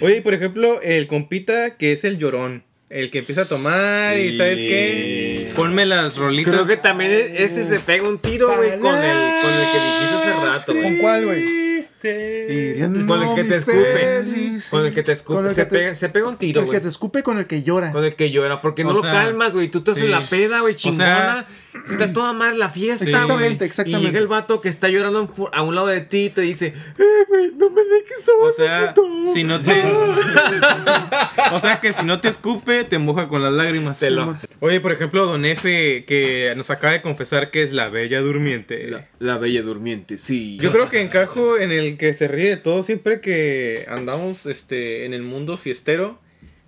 [SPEAKER 2] Oye, y por ejemplo, el compita que es el llorón. El que empieza a tomar y, ¿sabes qué? Ponme las rolitas.
[SPEAKER 3] Creo que también ese se pega un tiro, güey, con el, con el que dijiste hace rato,
[SPEAKER 6] ¿Con
[SPEAKER 3] güey.
[SPEAKER 6] cuál, güey?
[SPEAKER 3] Con el que te escupe. Con el que te escupe.
[SPEAKER 6] Con el
[SPEAKER 3] Se
[SPEAKER 6] que te-
[SPEAKER 3] pega, se pega un tiro,
[SPEAKER 6] El
[SPEAKER 3] güey.
[SPEAKER 6] que te escupe con el que llora.
[SPEAKER 3] Con el que llora, porque
[SPEAKER 2] O
[SPEAKER 3] no
[SPEAKER 2] sea,
[SPEAKER 3] lo calmas, güey. Tú estás
[SPEAKER 2] sí.
[SPEAKER 3] en la peda, güey,
[SPEAKER 2] O sea,
[SPEAKER 3] chingona. Está toda mal la fiesta, güey.
[SPEAKER 6] Exactamente, exactamente.
[SPEAKER 3] Y llega el vato que está llorando en- a un lado de ti y te dice, eh, güey, no me dejes solo,
[SPEAKER 2] O sea,
[SPEAKER 3] chiquito".
[SPEAKER 2] si no te. o sea, que si no te escupe, te moja con las lágrimas.
[SPEAKER 3] Te lo-
[SPEAKER 2] Oye, por ejemplo, Don Efe, que nos acaba de confesar que es la bella
[SPEAKER 4] Eh,
[SPEAKER 2] durmiente.
[SPEAKER 3] La, la bella durmiente, sí.
[SPEAKER 2] Yo creo que encajo en el que se ríe de todo siempre que andamos este, en el mundo fiestero.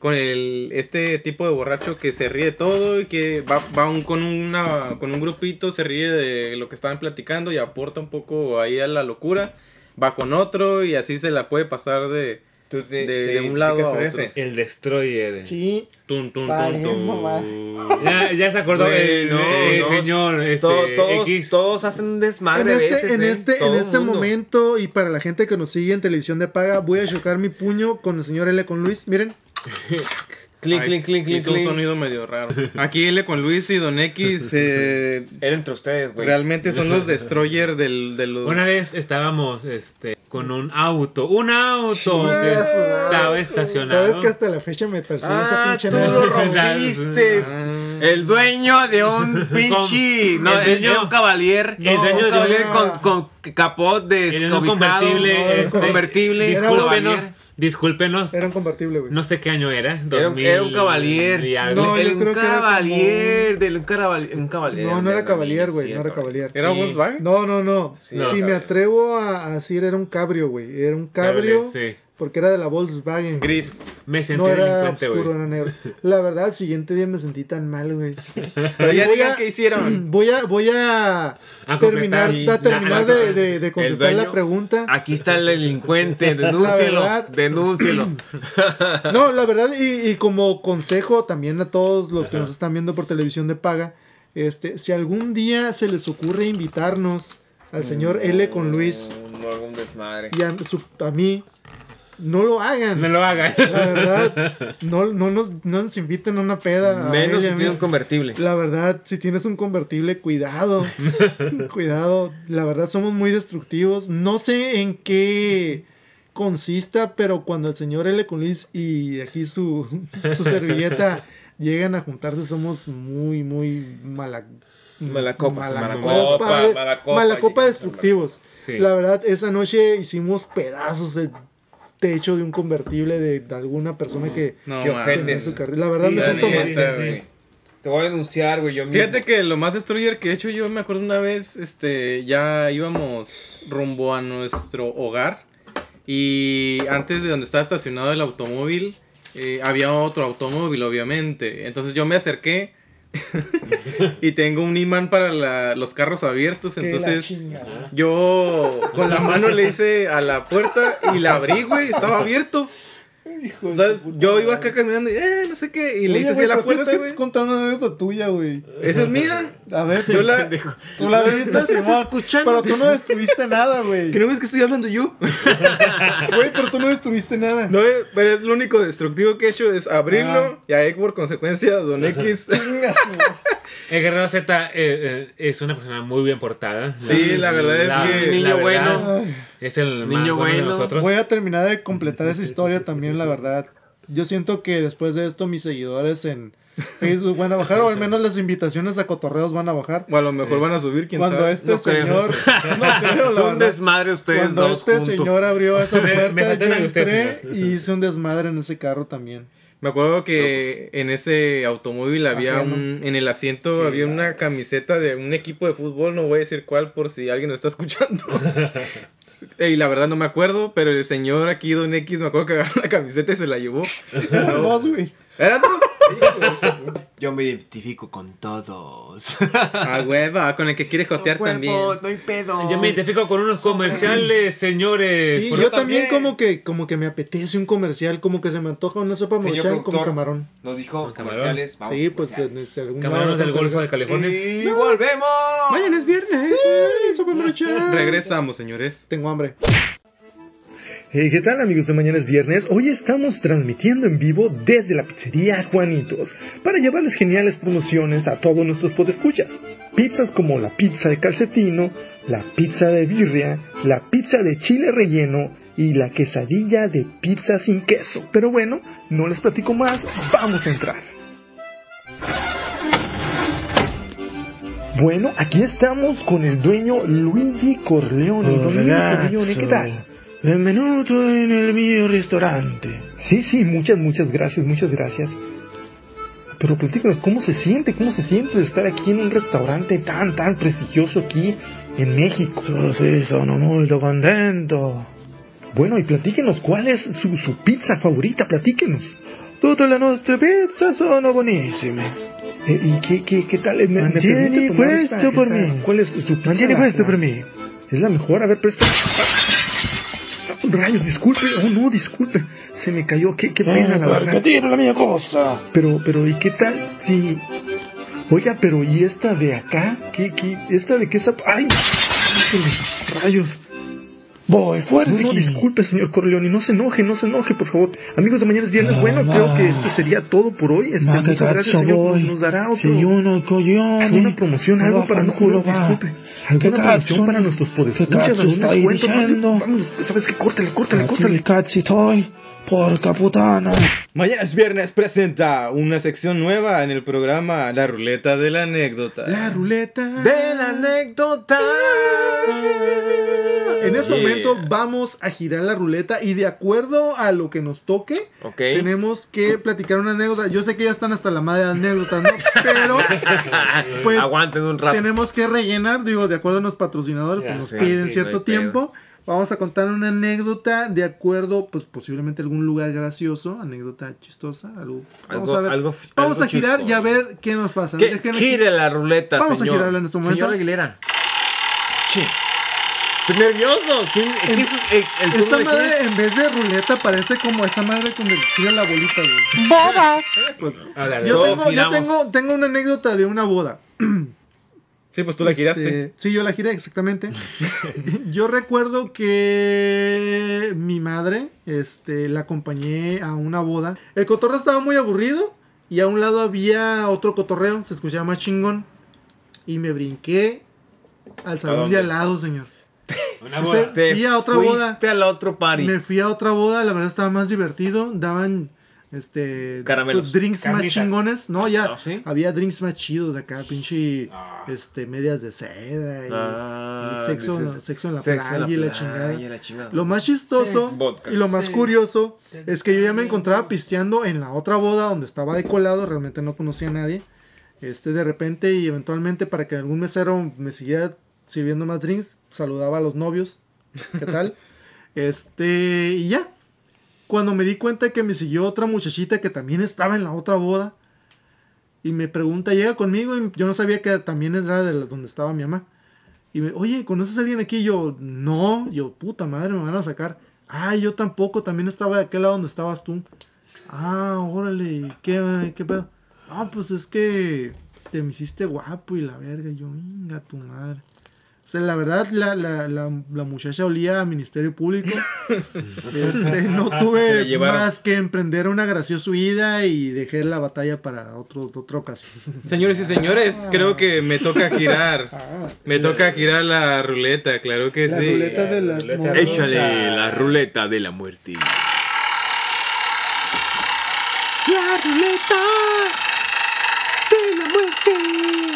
[SPEAKER 2] Con el, este tipo de borracho que se ríe de todo y que va, va un- con, una, con un grupito, se ríe de lo que estaban platicando y aporta un poco ahí a la locura. Va con otro y así se la puede pasar de, de, de un lado a otro.
[SPEAKER 4] El Destroyer.
[SPEAKER 6] Sí,
[SPEAKER 2] Tun, tun, tun,
[SPEAKER 6] Valiendo
[SPEAKER 2] tun.
[SPEAKER 6] más.
[SPEAKER 4] Ya, ya se acordó
[SPEAKER 3] Güey,
[SPEAKER 4] el
[SPEAKER 3] no,
[SPEAKER 4] sí,
[SPEAKER 3] no.
[SPEAKER 4] señor. Este,
[SPEAKER 3] To- todos,
[SPEAKER 4] X.
[SPEAKER 3] todos hacen un desmadre.
[SPEAKER 6] en
[SPEAKER 3] a
[SPEAKER 6] este,
[SPEAKER 3] veces,
[SPEAKER 6] en
[SPEAKER 3] ¿eh?
[SPEAKER 6] este,
[SPEAKER 3] Todo
[SPEAKER 6] en
[SPEAKER 3] el
[SPEAKER 6] este
[SPEAKER 3] mundo.
[SPEAKER 6] momento, y para la gente que nos sigue en televisión de paga, voy a chocar mi puño con el señor L con Luis. Miren,
[SPEAKER 3] Clink,
[SPEAKER 2] Ay,
[SPEAKER 3] clink, clink, clink.
[SPEAKER 2] hizo un
[SPEAKER 3] clink.
[SPEAKER 2] sonido medio raro. Aquí L con Luis y Don X eh,
[SPEAKER 3] Era entre ustedes, güey.
[SPEAKER 2] realmente son los destroyers del, de los...
[SPEAKER 4] Una vez estábamos este, con un auto. ¡Un auto! que estaba estacionado.
[SPEAKER 6] sabes que hasta la fecha me persigue esa
[SPEAKER 3] Ah,
[SPEAKER 6] pinche
[SPEAKER 3] tú
[SPEAKER 6] madre.
[SPEAKER 3] lo rompiste. El dueño de un pinche.
[SPEAKER 4] Con-
[SPEAKER 3] no,
[SPEAKER 4] el
[SPEAKER 3] el dueño de
[SPEAKER 4] dueño-
[SPEAKER 3] un cabalier.
[SPEAKER 4] el
[SPEAKER 3] no,
[SPEAKER 4] dueño
[SPEAKER 3] un
[SPEAKER 4] de un-
[SPEAKER 3] cabalier con, con capot
[SPEAKER 4] En un
[SPEAKER 3] descobijado.
[SPEAKER 4] convertible.
[SPEAKER 6] no,
[SPEAKER 4] este,
[SPEAKER 3] convertible,
[SPEAKER 4] Discúlpenos.
[SPEAKER 3] cavalier.
[SPEAKER 4] Discúlpenos.
[SPEAKER 6] Era un convertible, güey.
[SPEAKER 4] No sé qué año era.
[SPEAKER 3] Era un,
[SPEAKER 4] 2000
[SPEAKER 3] era un cabalier.
[SPEAKER 4] y algo.
[SPEAKER 6] No, yo
[SPEAKER 3] Era un
[SPEAKER 6] creo que era
[SPEAKER 3] cabalier. del- Un cabalier. Un cabalier.
[SPEAKER 6] No, no era
[SPEAKER 3] Era
[SPEAKER 6] cabalier,
[SPEAKER 3] un-
[SPEAKER 6] güey.
[SPEAKER 3] sí,
[SPEAKER 6] No era cabalier.
[SPEAKER 2] ¿Era
[SPEAKER 6] Sí.
[SPEAKER 2] Volkswagen?
[SPEAKER 6] No, no, no.
[SPEAKER 3] Sí,
[SPEAKER 6] si
[SPEAKER 3] no,
[SPEAKER 6] me
[SPEAKER 3] cabrio.
[SPEAKER 6] atrevo a, a decir, era un cabrio, güey. Era un cabrio.
[SPEAKER 4] Cabrio, sí.
[SPEAKER 6] Porque era de la Volkswagen. güey.
[SPEAKER 2] Gris.
[SPEAKER 4] Me sentí
[SPEAKER 6] No era
[SPEAKER 4] delincuente,
[SPEAKER 6] oscuro,
[SPEAKER 4] güey.
[SPEAKER 6] era negro. La verdad, al siguiente día me sentí tan mal, güey.
[SPEAKER 2] Pero
[SPEAKER 6] Y
[SPEAKER 2] ya
[SPEAKER 6] voy
[SPEAKER 2] digan
[SPEAKER 6] a-
[SPEAKER 2] qué hicieron.
[SPEAKER 6] Voy a, voy a,
[SPEAKER 4] A
[SPEAKER 6] terminar,
[SPEAKER 4] completar.
[SPEAKER 6] a terminar
[SPEAKER 4] La-
[SPEAKER 6] de, de- de
[SPEAKER 4] el
[SPEAKER 6] contestar la
[SPEAKER 3] dueño- Ah.
[SPEAKER 6] pregunta.
[SPEAKER 3] Aquí está el delincuente. Denúncielo.
[SPEAKER 6] verdad-
[SPEAKER 3] denúncielo.
[SPEAKER 6] No, la verdad, y, y como consejo también a todos los que nos están viendo por televisión de paga, este, si algún día se les ocurre invitarnos al señor L con Luis
[SPEAKER 3] No, algún desmadre.
[SPEAKER 6] y a, su- a mí, no lo hagan.
[SPEAKER 4] No lo hagan.
[SPEAKER 6] La verdad, no, no, nos, no nos inviten a una peda. a él
[SPEAKER 3] Menos
[SPEAKER 6] y
[SPEAKER 3] si
[SPEAKER 6] a mí.
[SPEAKER 3] tiene un convertible.
[SPEAKER 6] La verdad, si tienes un convertible, cuidado. cuidado. La verdad, somos muy destructivos. No sé en qué consista, pero cuando el señor L. Colis y aquí su, su servilleta llegan a juntarse, somos muy, muy mala.
[SPEAKER 3] Malacopas,
[SPEAKER 6] mala
[SPEAKER 3] malacopa,
[SPEAKER 6] copa, eh,
[SPEAKER 3] malacopa,
[SPEAKER 6] mala copa
[SPEAKER 3] llegamos a
[SPEAKER 6] destructivos.
[SPEAKER 4] Sí.
[SPEAKER 6] La verdad, esa noche hicimos pedazos el techo de un convertible de, de alguna persona que
[SPEAKER 2] No,
[SPEAKER 3] Qué
[SPEAKER 2] man.
[SPEAKER 3] ojete.
[SPEAKER 6] tenía su carril. La verdad,
[SPEAKER 3] Sí,
[SPEAKER 6] me
[SPEAKER 3] la
[SPEAKER 6] siento
[SPEAKER 3] neta,
[SPEAKER 6] mal.
[SPEAKER 4] sí.
[SPEAKER 3] güey. Te voy a denunciar, güey. Yo mismo.
[SPEAKER 2] Fíjate que lo más destroyer que he hecho yo, me acuerdo una vez, este, ya íbamos rumbo a nuestro hogar y antes de donde estaba estacionado el automóvil, eh, había otro automóvil, obviamente. Entonces yo me acerqué y tengo un imán para la- los carros abiertos,
[SPEAKER 6] Que la
[SPEAKER 2] entonces
[SPEAKER 6] chingada.
[SPEAKER 2] yo con la mano le hice a la puerta y la abrí, güey, estaba abierto.
[SPEAKER 6] de
[SPEAKER 2] ¿Sabes?
[SPEAKER 6] su puta
[SPEAKER 2] Yo iba acá caminando y, eh, no sé qué, y le hice así a la puerta, güey.
[SPEAKER 6] contando una anécdota tuya, güey.
[SPEAKER 2] Esa es mía.
[SPEAKER 6] A ver,
[SPEAKER 2] Yo la...
[SPEAKER 6] tú la viste, Simón, pero tú no destruiste nada, güey.
[SPEAKER 2] ¿Que no ves que estoy hablando yo?
[SPEAKER 6] Güey, pero tú no destruiste nada.
[SPEAKER 2] No, eh, pero es lo único destructivo que he hecho es abrirlo
[SPEAKER 6] Ah.
[SPEAKER 2] y ahí por consecuencia Don X.
[SPEAKER 6] Chingas, güey.
[SPEAKER 4] El Guerrero Z eh, eh, es una persona muy bien portada.
[SPEAKER 2] Sí, la verdad es que-
[SPEAKER 4] la
[SPEAKER 3] Niño
[SPEAKER 4] verdad,
[SPEAKER 6] bueno.
[SPEAKER 4] Es el más
[SPEAKER 3] Niño
[SPEAKER 4] bueno de
[SPEAKER 3] bueno.
[SPEAKER 4] nosotros.
[SPEAKER 6] Voy a terminar de completar esa historia también, la verdad. Yo siento que después de esto mis seguidores en Facebook van a bajar, o al menos las invitaciones a cotorreos van a bajar.
[SPEAKER 2] O a lo mejor van a subir, quién
[SPEAKER 6] Cuando
[SPEAKER 2] sabe.
[SPEAKER 6] este
[SPEAKER 3] No creo.
[SPEAKER 6] señor... No creo, la
[SPEAKER 3] Fue un
[SPEAKER 6] verdad.
[SPEAKER 3] desmadre ustedes
[SPEAKER 6] Cuando
[SPEAKER 3] dos
[SPEAKER 6] este
[SPEAKER 3] juntos.
[SPEAKER 6] señor abrió esa
[SPEAKER 4] Me- me
[SPEAKER 6] puerta, yo
[SPEAKER 4] faltan a usted,
[SPEAKER 6] entré
[SPEAKER 4] señor.
[SPEAKER 6] y hice un desmadre en ese carro también.
[SPEAKER 2] Me acuerdo que en ese automóvil había
[SPEAKER 6] Ajá, pues. Ah, ¿no?
[SPEAKER 2] un... En el asiento había una camiseta de un equipo de fútbol, no voy a decir cuál por si alguien lo está escuchando. Y la verdad no me acuerdo, pero el señor aquí, Don X, me acuerdo que agarró la camiseta y se la llevó.
[SPEAKER 6] Eran dos, güey.
[SPEAKER 2] ¿Eran dos?
[SPEAKER 3] Yo me identifico con todos.
[SPEAKER 2] Ah, hueva, con el que quiere jotear también.
[SPEAKER 3] No hay pedo.
[SPEAKER 4] Yo me identifico con unos comerciales, señores.
[SPEAKER 2] Eh,
[SPEAKER 6] Sí,
[SPEAKER 4] Por-
[SPEAKER 6] yo también como que como que me apetece un comercial, como que se me antoja una sopa morchan con camarón.
[SPEAKER 3] Nos dijo
[SPEAKER 4] camarón.
[SPEAKER 3] comerciales. Vamos
[SPEAKER 6] Sí,
[SPEAKER 3] con
[SPEAKER 6] pues de,
[SPEAKER 3] comerciales.
[SPEAKER 6] de algún
[SPEAKER 4] Camarones
[SPEAKER 6] lado,
[SPEAKER 4] del
[SPEAKER 6] ¿no?
[SPEAKER 4] Golfo de California.
[SPEAKER 3] Y volvemos.
[SPEAKER 2] Mañana es viernes.
[SPEAKER 6] Sí, sopa maruchan.
[SPEAKER 2] Regresamos, señores.
[SPEAKER 6] Tengo hambre.
[SPEAKER 10] Hey, ¿Qué tal amigos de Mañana es Viernes? Hoy estamos transmitiendo en vivo desde la pizzería Juanitos para llevarles geniales promociones a todos nuestros podescuchas. Pizzas como la pizza de calcetino, la pizza de birria, la pizza de chile relleno y la quesadilla de pizza sin queso. Pero bueno, no les platico más, vamos a entrar. Bueno, aquí estamos con el dueño Luigi Corleone. Don Luigi Corleone, ¿qué tal? Bienvenido en el video restaurante. Sí, sí, muchas, muchas gracias, muchas gracias. Pero platícanos, ¿cómo se siente? ¿Cómo se siente de estar aquí en un restaurante tan, tan prestigioso aquí en México? Sí, sono muy contento. Bueno, y platíquenos, ¿cuál es su, su pizza favorita? Platíquenos. Todas las nuestras pizzas son buenísimas. Eh, ¿Y qué, qué, qué tal? ¿Me, me
[SPEAKER 11] Mantieni
[SPEAKER 10] permite tomar
[SPEAKER 11] questo
[SPEAKER 10] esta-
[SPEAKER 11] per
[SPEAKER 10] esta-
[SPEAKER 11] me.
[SPEAKER 10] ¿Cuál es su pizza?
[SPEAKER 11] Mantieni
[SPEAKER 10] la-
[SPEAKER 11] questo
[SPEAKER 10] la-
[SPEAKER 11] per me.
[SPEAKER 10] Es la mejor, a ver, presta. Ah, Rayos, disculpe, oh no, disculpe, se me cayó, qué, qué pena
[SPEAKER 11] Eh,
[SPEAKER 10] la
[SPEAKER 11] perché
[SPEAKER 10] verdad.
[SPEAKER 11] tiro la mia
[SPEAKER 10] cosa. Pero, pero, ¿y qué tal si... Oiga, pero, ¿y esta de acá? ¿Qué, qué, esta de qué zap... ¡Ay! híjole, Rayos. Voy, fuera no, no, disculpe, señor Corleone, no se enoje, no se enoje, por favor. Amigos de Mañana es Viernes, bueno, creo que esto sería todo por hoy. Este,
[SPEAKER 11] Ma che
[SPEAKER 10] muchas gracias,
[SPEAKER 11] cazzo
[SPEAKER 10] señor,
[SPEAKER 11] vuoi?
[SPEAKER 10] nos dará otro...
[SPEAKER 11] Sei uno coglione.
[SPEAKER 10] Alguna promoción,
[SPEAKER 11] Ma
[SPEAKER 10] algo para
[SPEAKER 11] vaffanculo,
[SPEAKER 10] nosotros,
[SPEAKER 11] va.
[SPEAKER 10] disculpe.
[SPEAKER 11] Che
[SPEAKER 10] Alguna
[SPEAKER 11] cazzo?
[SPEAKER 10] promoción para nuestros poderes.
[SPEAKER 11] Che cazzo stai dicendo?
[SPEAKER 10] ¿Sabes qué? Córtale, córtale,
[SPEAKER 11] Ma tu
[SPEAKER 10] córtale.
[SPEAKER 11] che cazzi toi? Porca puttana.
[SPEAKER 2] Mañana es viernes presenta una sección nueva en el programa La Ruleta de la Anécdota.
[SPEAKER 6] La ruleta.
[SPEAKER 3] De la anécdota.
[SPEAKER 2] Ah.
[SPEAKER 6] En ese
[SPEAKER 2] Yeah.
[SPEAKER 6] momento vamos a girar la ruleta y de acuerdo a lo que nos toque,
[SPEAKER 3] Ok.
[SPEAKER 6] tenemos que platicar una anécdota. Yo sé que ya están hasta la madre de anécdotas, ¿no? Pero Pues,
[SPEAKER 3] Ah, Aguanten un rato.
[SPEAKER 6] tenemos que rellenar, digo, de acuerdo a los patrocinadores, pues
[SPEAKER 3] Ya
[SPEAKER 6] nos
[SPEAKER 3] sé, sí,
[SPEAKER 6] piden
[SPEAKER 3] no
[SPEAKER 6] cierto
[SPEAKER 3] hay
[SPEAKER 6] tiempo. Vamos a contar una anécdota de acuerdo, pues posiblemente algún lugar gracioso, anécdota chistosa, algo. Vamos
[SPEAKER 3] Algo-
[SPEAKER 6] a ver.
[SPEAKER 3] algo-
[SPEAKER 6] vamos
[SPEAKER 3] algo
[SPEAKER 6] a girar
[SPEAKER 3] chusco.
[SPEAKER 6] y a ver qué nos pasa.
[SPEAKER 3] Que
[SPEAKER 6] Déjenme
[SPEAKER 3] gire la ruleta,
[SPEAKER 6] Vamos a
[SPEAKER 3] señor.
[SPEAKER 6] girarla en este momento.
[SPEAKER 3] Señor Aguilera. Che. Estoy nervioso. ¿Quién- ¿Qué hizo el, el turno
[SPEAKER 6] Esta
[SPEAKER 3] de quién
[SPEAKER 6] madre
[SPEAKER 3] es?
[SPEAKER 6] en vez de ruleta parece como esa madre cuando tira la bolita, güey.
[SPEAKER 9] ¡Bodas!
[SPEAKER 6] Pues,
[SPEAKER 2] Ah,
[SPEAKER 4] Ahora,
[SPEAKER 6] yo
[SPEAKER 4] todos
[SPEAKER 6] tengo, yo
[SPEAKER 4] giramos.
[SPEAKER 6] tengo, tengo una anécdota de una boda.
[SPEAKER 2] Sí, pues tú la
[SPEAKER 6] Este,
[SPEAKER 2] giraste.
[SPEAKER 6] sí, yo la giré, exactamente. yo recuerdo que mi madre, este, la acompañé a una boda. El cotorreo estaba muy aburrido y a un lado había otro cotorreo, se escuchaba más chingón. Y me brinqué al salón de
[SPEAKER 4] dónde?
[SPEAKER 6] al lado, señor.
[SPEAKER 4] Una
[SPEAKER 6] Ese-
[SPEAKER 4] boda.
[SPEAKER 3] Te
[SPEAKER 6] sí, a otra
[SPEAKER 3] fuiste
[SPEAKER 6] boda.
[SPEAKER 3] al otro party.
[SPEAKER 6] Me fui a otra boda, la verdad estaba más divertido. Daban este
[SPEAKER 3] Caramelos.
[SPEAKER 6] drinks más
[SPEAKER 4] Carnitas.
[SPEAKER 6] chingones. No, ya
[SPEAKER 3] Ah, ¿sí?
[SPEAKER 6] había drinks más chidos de acá, pinche este medias de seda y,
[SPEAKER 3] Ah,
[SPEAKER 6] y sexo,
[SPEAKER 3] dices,
[SPEAKER 6] sexo en la
[SPEAKER 3] sexo
[SPEAKER 6] playa
[SPEAKER 3] en la
[SPEAKER 6] y la
[SPEAKER 3] playa
[SPEAKER 6] chingada.
[SPEAKER 3] y la chingada.
[SPEAKER 6] Lo más chistoso
[SPEAKER 3] Sí. Vodka.
[SPEAKER 6] y lo más
[SPEAKER 3] Sí.
[SPEAKER 6] curioso es que yo ya me encontraba pisteando en la otra boda donde estaba de colado, realmente no conocía a nadie. Este, de repente y eventualmente para que algún mesero me siguiera sirviendo más drinks, saludaba a los novios. ¿Qué tal? este, y ya. Cuando me di cuenta que me siguió otra muchachita que también estaba en la otra boda. Y me pregunta, llega conmigo y yo no sabía que también era de la- donde estaba mi mamá. Y me, oye, ¿conoces a alguien aquí? Y yo, no. Y yo, puta madre, me van a sacar. Ah, yo tampoco, también estaba de aquel lado donde estabas tú. Ah, órale, ¿y ¿qué, qué pedo? Ah, pues es que te me hiciste guapo y la verga. Y yo, venga tu madre. O sea, la verdad, la, la, la, la muchacha olía a Ministerio Público. Este, no
[SPEAKER 2] Se la
[SPEAKER 6] tuve
[SPEAKER 2] llevaron.
[SPEAKER 6] más que emprender una graciosa huida y dejé la batalla para otro, otra ocasión.
[SPEAKER 2] Señores y señores, creo que me toca girar. Me toca girar la ruleta, claro que
[SPEAKER 6] La
[SPEAKER 2] sí.
[SPEAKER 6] ruleta de la
[SPEAKER 4] ruleta
[SPEAKER 6] morra.
[SPEAKER 4] Hecho.
[SPEAKER 3] Échale la ruleta de la muerte.
[SPEAKER 9] ¡La ruleta de la muerte!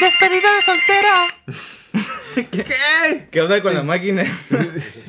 [SPEAKER 9] ¡Despedida de soltera!
[SPEAKER 3] ¿Qué?
[SPEAKER 2] ¿Qué onda con la máquina?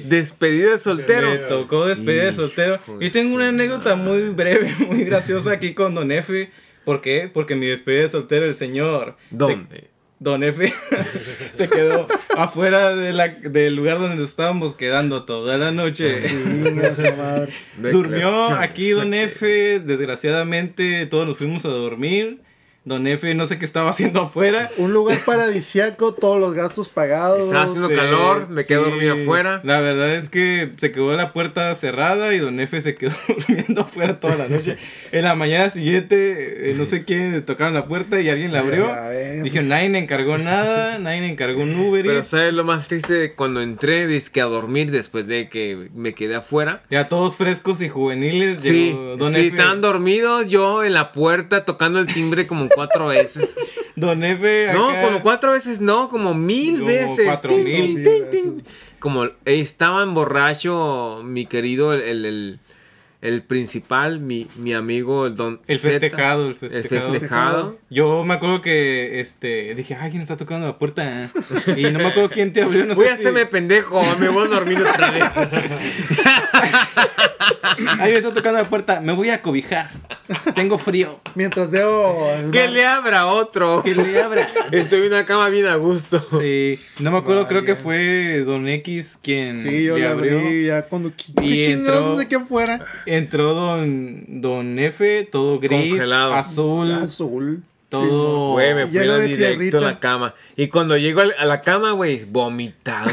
[SPEAKER 3] Despedido de
[SPEAKER 2] Me
[SPEAKER 3] soltero.
[SPEAKER 2] tocó despedida de soltero. Y tengo una anécdota muy breve, muy graciosa aquí con Don Efe. ¿Por qué? Porque mi despedida de soltero, el señor. se-
[SPEAKER 3] ¿Dónde?
[SPEAKER 2] Don Efe se quedó afuera de la- del lugar donde nos estábamos quedando toda la noche.
[SPEAKER 6] Chinga su madre.
[SPEAKER 2] Durmió
[SPEAKER 3] Declaraciones
[SPEAKER 2] aquí Don
[SPEAKER 3] fuertes.
[SPEAKER 2] Efe, desgraciadamente todos nos fuimos a dormir. Don Efe no sé qué estaba haciendo afuera.
[SPEAKER 6] Un lugar paradisiaco, todos los gastos pagados.
[SPEAKER 3] Estaba haciendo
[SPEAKER 2] Sí,
[SPEAKER 3] calor, me quedé
[SPEAKER 2] sí.
[SPEAKER 3] dormido afuera.
[SPEAKER 2] La verdad es que se quedó la puerta cerrada y Don Efe se quedó durmiendo afuera toda la noche. En la mañana siguiente, eh, no sé quién tocaron la puerta y alguien la abrió.
[SPEAKER 6] A ver,
[SPEAKER 2] Dije, nadie encargó nada, nadie encargó un Uber.
[SPEAKER 3] Pero
[SPEAKER 2] Eats".
[SPEAKER 3] ¿sabes lo más triste? de Cuando entré, dizque a dormir después de que me quedé afuera.
[SPEAKER 2] Ya todos frescos y juveniles.
[SPEAKER 3] Sí,
[SPEAKER 2] llegó Don
[SPEAKER 3] sí,
[SPEAKER 2] Efe.
[SPEAKER 3] estaban dormidos yo en la puerta tocando el timbre como cuatro veces.
[SPEAKER 2] Don Efe.
[SPEAKER 3] No,
[SPEAKER 2] acá-
[SPEAKER 3] como cuatro veces no, como mil
[SPEAKER 2] Como
[SPEAKER 3] veces.
[SPEAKER 2] cuatro
[SPEAKER 3] Tin,
[SPEAKER 2] mil.
[SPEAKER 3] tin, tin, tin. Como eh, estaban borracho mi querido el, el, el- el principal, mi, mi amigo, el don.
[SPEAKER 2] El
[SPEAKER 3] Z,
[SPEAKER 2] festejado, el festejado.
[SPEAKER 3] El festejado.
[SPEAKER 2] Yo me acuerdo que este dije, ay, ¿quién está tocando la puerta? Y no me acuerdo quién te abrió, no
[SPEAKER 3] Voy
[SPEAKER 2] sé
[SPEAKER 3] a hacerme pendejo, me voy a dormir otra vez.
[SPEAKER 2] Ahí me está tocando la puerta, me voy a cobijar. Tengo frío.
[SPEAKER 6] Mientras veo. el
[SPEAKER 3] Que
[SPEAKER 6] bar.
[SPEAKER 3] le abra otro.
[SPEAKER 2] Que le abra.
[SPEAKER 3] Estoy en una cama bien a gusto.
[SPEAKER 2] Sí, no me acuerdo, creo que fue Don X quien
[SPEAKER 6] Sí, yo le abrí ya cuando. ¿Qué
[SPEAKER 2] Y
[SPEAKER 6] qué
[SPEAKER 2] entró-
[SPEAKER 6] chingados de que fuera?
[SPEAKER 2] Entró Don, don F, todo gris,
[SPEAKER 3] Congelado.
[SPEAKER 2] azul,
[SPEAKER 6] Azul.
[SPEAKER 2] todo...
[SPEAKER 3] Güey, me fui
[SPEAKER 6] Lleno de
[SPEAKER 3] directo
[SPEAKER 6] tierrita.
[SPEAKER 3] a la cama. Y cuando llego al- a la cama, güey, vomitando.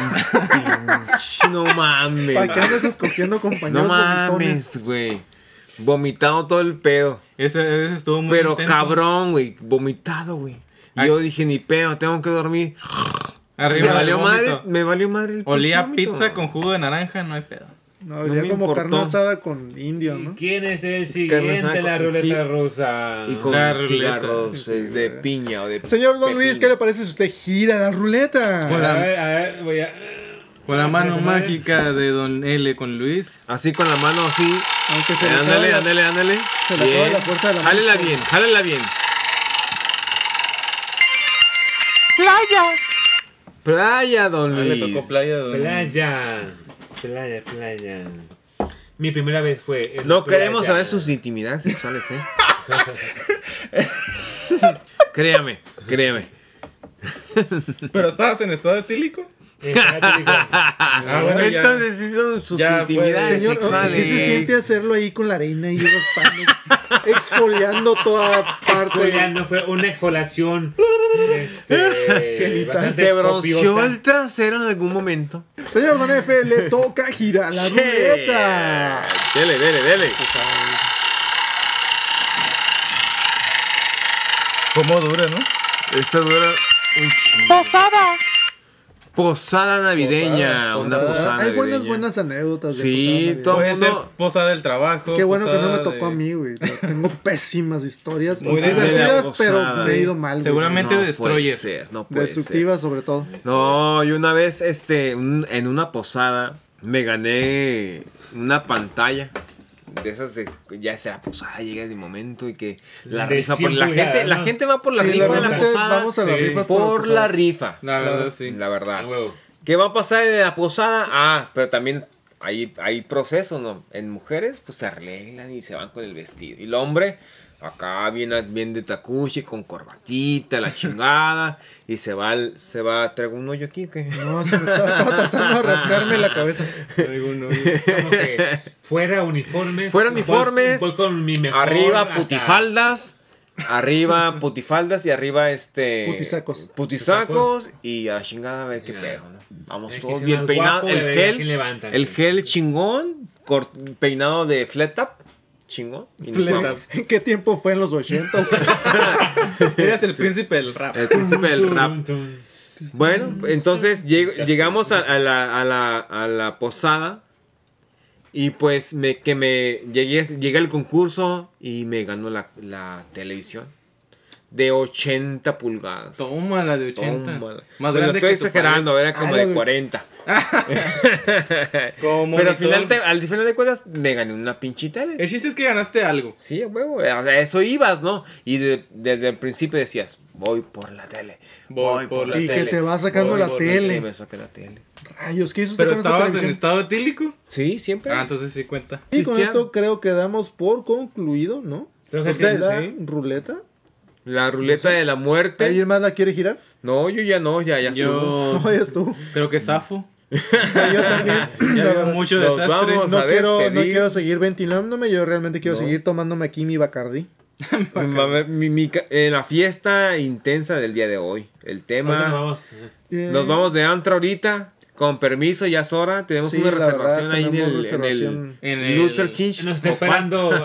[SPEAKER 3] pinche, no mames.
[SPEAKER 6] ¿Para qué andas escogiendo
[SPEAKER 3] No
[SPEAKER 6] compañeros vomitones?
[SPEAKER 3] mames, güey. Vomitado todo el pedo.
[SPEAKER 2] Ese, ese estuvo muy
[SPEAKER 3] Pero
[SPEAKER 2] intenso.
[SPEAKER 3] cabrón, güey. Vomitado, güey. Y
[SPEAKER 2] Ay.
[SPEAKER 3] Yo dije, ni pedo, tengo que dormir.
[SPEAKER 2] Arriba
[SPEAKER 3] me
[SPEAKER 2] del
[SPEAKER 3] valió
[SPEAKER 2] vómito.
[SPEAKER 3] madre, me valió madre el
[SPEAKER 2] Olía
[SPEAKER 3] pinche vómito.
[SPEAKER 2] pizza con jugo de naranja, no hay pedo.
[SPEAKER 6] No,
[SPEAKER 3] No
[SPEAKER 6] ya
[SPEAKER 3] me
[SPEAKER 6] como carne
[SPEAKER 3] importó.
[SPEAKER 6] asada con indio, ¿no?
[SPEAKER 4] ¿Quién es el
[SPEAKER 3] Carne asada
[SPEAKER 4] siguiente en la
[SPEAKER 3] con-
[SPEAKER 4] ruleta
[SPEAKER 3] y-
[SPEAKER 4] rusa?
[SPEAKER 3] Y con
[SPEAKER 2] La ruleta.
[SPEAKER 3] cigarros eh, de piña o de
[SPEAKER 6] Señor Don Luis,
[SPEAKER 3] pepino.
[SPEAKER 6] ¿qué le parece si usted gira la ruleta?
[SPEAKER 2] Bueno.
[SPEAKER 4] A ver, a ver, voy a.
[SPEAKER 2] Con la mano mágica de Don L con Luis.
[SPEAKER 3] Así con la mano así.
[SPEAKER 6] Aunque se
[SPEAKER 3] Eh,
[SPEAKER 6] le
[SPEAKER 3] ándale,
[SPEAKER 6] acabe la-
[SPEAKER 3] ándale, ándale.
[SPEAKER 6] se le acaba la fuerza de la
[SPEAKER 3] Jálala
[SPEAKER 6] máscara.
[SPEAKER 3] bien, jálala bien. Playa. Playa, don
[SPEAKER 2] Ah, le
[SPEAKER 3] Luis.
[SPEAKER 2] tocó playa, Don
[SPEAKER 4] Playa. Playa, playa. Mi primera vez fue. en
[SPEAKER 3] No
[SPEAKER 4] playa.
[SPEAKER 3] queremos saber sus intimidades sexuales, eh. créame, créame.
[SPEAKER 2] Pero estabas en estado etílico.
[SPEAKER 4] Eh, espérate, digo,
[SPEAKER 2] Ah, bueno, ya.
[SPEAKER 3] Ah, Entonces sí son sus
[SPEAKER 2] Ya, pues,
[SPEAKER 3] intimidades
[SPEAKER 6] Señor,
[SPEAKER 3] sexuales.
[SPEAKER 6] ¿qué se siente hacerlo ahí con la arena y raspando? exfoliando toda
[SPEAKER 4] fue, ya
[SPEAKER 6] parte.
[SPEAKER 4] no fue una exfoliación. Este, bastante
[SPEAKER 3] ¿Se bronceó
[SPEAKER 4] copiosa.
[SPEAKER 3] el trasero en algún momento?
[SPEAKER 6] Señor Don F, le toca girar la
[SPEAKER 3] Sí.
[SPEAKER 6] ruleta.
[SPEAKER 3] Dele, dele, dele.
[SPEAKER 2] ¿Cómo dura, no?
[SPEAKER 3] Esa dura un chingo. Posada. Posada navideña.
[SPEAKER 2] Posada,
[SPEAKER 3] Una
[SPEAKER 2] posada.
[SPEAKER 3] posada
[SPEAKER 6] Hay buenas,
[SPEAKER 3] navideña.
[SPEAKER 6] buenas anécdotas. de
[SPEAKER 3] Sí,
[SPEAKER 6] cosas
[SPEAKER 3] todo-
[SPEAKER 2] Puede
[SPEAKER 3] mundo-
[SPEAKER 2] ser posada del trabajo.
[SPEAKER 6] Qué bueno que no me
[SPEAKER 2] posada
[SPEAKER 6] tocó
[SPEAKER 2] de-
[SPEAKER 6] a mí, güey. Tengo pésimas historias.
[SPEAKER 2] Muy
[SPEAKER 6] Muy
[SPEAKER 3] desde
[SPEAKER 6] divertidas,
[SPEAKER 3] la
[SPEAKER 6] pero pues,
[SPEAKER 3] posada.
[SPEAKER 6] me he ido mal. güey.
[SPEAKER 2] Seguramente-
[SPEAKER 3] puede
[SPEAKER 2] Destroyer.
[SPEAKER 3] ser, no puede ser.
[SPEAKER 6] Destructivas, sobre todo.
[SPEAKER 3] No, yo una vez este, un- en una posada me gané una pantalla. De esas, de- ya sea posada, llega de momento y que la
[SPEAKER 4] De
[SPEAKER 3] rifa.
[SPEAKER 4] 100
[SPEAKER 3] Por, la,
[SPEAKER 4] pulgadas,
[SPEAKER 3] gente, la
[SPEAKER 4] ¿no?
[SPEAKER 3] gente va por la
[SPEAKER 6] Sí,
[SPEAKER 3] rifa de la
[SPEAKER 6] realmente
[SPEAKER 3] posada.
[SPEAKER 6] vamos a las
[SPEAKER 4] sí.
[SPEAKER 6] rifas
[SPEAKER 3] por,
[SPEAKER 6] las
[SPEAKER 3] la
[SPEAKER 6] posadas.
[SPEAKER 3] rifa.
[SPEAKER 2] La verdad, sí.
[SPEAKER 3] La verdad.
[SPEAKER 4] A huevo.
[SPEAKER 3] ¿Qué va a pasar en la posada? Ah, pero también hay, hay proceso, ¿no? En mujeres, pues se arreglan y se van con el vestido. Y el hombre, acá bien, bien de tacuche, con corbatita, la chingada. y se va, al- se va, traigo un hoyo aquí, que
[SPEAKER 6] No, se me estaba, estaba tratando de rascarme la cabeza.
[SPEAKER 2] Alguno.
[SPEAKER 4] Como que fuera uniformes.
[SPEAKER 3] Fuera uniformes,
[SPEAKER 4] Voy con mi mejor
[SPEAKER 3] Arriba
[SPEAKER 4] acá.
[SPEAKER 3] putifaldas. Arriba putifaldas y arriba este.
[SPEAKER 6] Putisacos.
[SPEAKER 3] Putisacos y a la chingada, a ver qué pedo, ¿no? Vamos
[SPEAKER 4] Es que
[SPEAKER 3] todos
[SPEAKER 4] se
[SPEAKER 3] bien
[SPEAKER 4] van
[SPEAKER 3] peinados.
[SPEAKER 4] guapo,
[SPEAKER 3] El
[SPEAKER 4] a ver, ¿a quién
[SPEAKER 3] gel,
[SPEAKER 4] levantan?
[SPEAKER 3] el gel chingón, cort- peinado de flat up, chingón. Y nos
[SPEAKER 2] Flat
[SPEAKER 3] vamos.
[SPEAKER 2] up.
[SPEAKER 6] Pues, ¿En qué tiempo fue en los 80? güey?
[SPEAKER 2] Eras el príncipe del rap.
[SPEAKER 3] El príncipe del
[SPEAKER 4] Tum,
[SPEAKER 3] rap.
[SPEAKER 4] tum.
[SPEAKER 3] Bueno,
[SPEAKER 2] Mm,
[SPEAKER 3] entonces lleg- llegamos a, a la, a la- a la posada y pues me, que me llegué, llegué al concurso y me ganó la, la televisión de 80 pulgadas.
[SPEAKER 2] Toma la de 80.
[SPEAKER 3] Tómala.
[SPEAKER 2] Más
[SPEAKER 3] Bueno,
[SPEAKER 2] grande
[SPEAKER 3] estoy
[SPEAKER 2] que tu
[SPEAKER 3] exagerando, era como
[SPEAKER 6] Ah, la
[SPEAKER 3] de
[SPEAKER 6] de-
[SPEAKER 3] 40.
[SPEAKER 2] padre. Como
[SPEAKER 3] Pero
[SPEAKER 2] monitor.
[SPEAKER 3] al final, te- al final de cuentas me gané una pinche tele.
[SPEAKER 2] El chiste es que ganaste algo.
[SPEAKER 3] Sí, a huevo, a a eso ibas, ¿no? Y de- desde el principio decías, voy por la tele. Voy, por, la
[SPEAKER 6] y
[SPEAKER 3] tele.
[SPEAKER 6] que te va sacando
[SPEAKER 3] voy
[SPEAKER 6] la
[SPEAKER 3] por
[SPEAKER 6] tele.
[SPEAKER 3] Y me saqué la tele.
[SPEAKER 6] Rayos, ¿qué hizo usted
[SPEAKER 2] Pero
[SPEAKER 6] con esa
[SPEAKER 2] estabas en
[SPEAKER 6] televisión?
[SPEAKER 2] estado etílico.
[SPEAKER 3] Sí, siempre.
[SPEAKER 2] Ah, entonces sí cuenta.
[SPEAKER 6] Y con
[SPEAKER 3] Cristiano.
[SPEAKER 6] esto creo que damos por concluido, ¿no?
[SPEAKER 4] Creo que
[SPEAKER 2] Ustedes,
[SPEAKER 6] La
[SPEAKER 2] ¿sí?
[SPEAKER 6] ruleta.
[SPEAKER 3] La ruleta de la muerte.
[SPEAKER 6] ¿Alguien más la quiere girar?
[SPEAKER 3] No, yo ya no, ya, ya estuvo.
[SPEAKER 2] Yo
[SPEAKER 6] No, ya estuvo.
[SPEAKER 2] creo que zafo.
[SPEAKER 6] Yo también.
[SPEAKER 2] Ya veo
[SPEAKER 6] La verdad,
[SPEAKER 2] mucho
[SPEAKER 3] Nos
[SPEAKER 2] desastre.
[SPEAKER 3] vamos.
[SPEAKER 6] No
[SPEAKER 3] a
[SPEAKER 6] quiero, no
[SPEAKER 3] despedir.
[SPEAKER 6] quiero seguir ventilándome, yo realmente quiero
[SPEAKER 3] No.
[SPEAKER 6] seguir tomándome aquí mi Bacardi.
[SPEAKER 3] Va a haber mi- mi ca- eh, la fiesta intensa del día de hoy. El
[SPEAKER 4] Ahorita nos
[SPEAKER 3] tema.
[SPEAKER 4] vamos.
[SPEAKER 6] Eh,
[SPEAKER 3] Nos vamos de antro ahorita. Con permiso, ya es hora. Tenemos
[SPEAKER 6] Sí,
[SPEAKER 3] una
[SPEAKER 6] la verdad,
[SPEAKER 3] reservación ahí en
[SPEAKER 6] tenemos
[SPEAKER 3] el, en el-
[SPEAKER 6] reservación.
[SPEAKER 2] En el-
[SPEAKER 3] Eh, Luther King.
[SPEAKER 4] Nos está esperando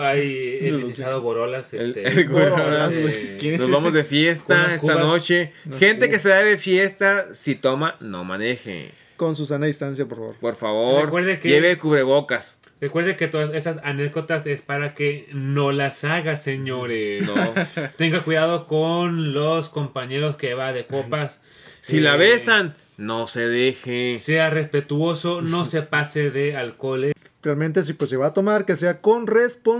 [SPEAKER 4] ahí el licenciado Borolas.
[SPEAKER 3] El-
[SPEAKER 4] Este,
[SPEAKER 3] el
[SPEAKER 6] Borolas,
[SPEAKER 4] eh,
[SPEAKER 3] güey.
[SPEAKER 2] ¿Quién es
[SPEAKER 3] Nos vamos
[SPEAKER 2] ese?
[SPEAKER 3] de
[SPEAKER 4] Con
[SPEAKER 3] fiesta
[SPEAKER 4] unas
[SPEAKER 3] esta
[SPEAKER 4] cubas.
[SPEAKER 3] noche. Gente que se da de fiesta, si toma, no maneje.
[SPEAKER 6] Con Susana distancia, por favor.
[SPEAKER 3] Por favor,
[SPEAKER 4] Recuerde que-
[SPEAKER 3] lleve cubrebocas.
[SPEAKER 4] Recuerde que todas esas anécdotas es para que no las haga, señores.
[SPEAKER 3] No.
[SPEAKER 4] Tenga cuidado con los compañeros que va de copas.
[SPEAKER 3] Si
[SPEAKER 4] Eh,
[SPEAKER 3] la besan, no se deje.
[SPEAKER 4] Sea respetuoso, no se pase de alcoholes.
[SPEAKER 6] Realmente, si pues se va a tomar, que sea con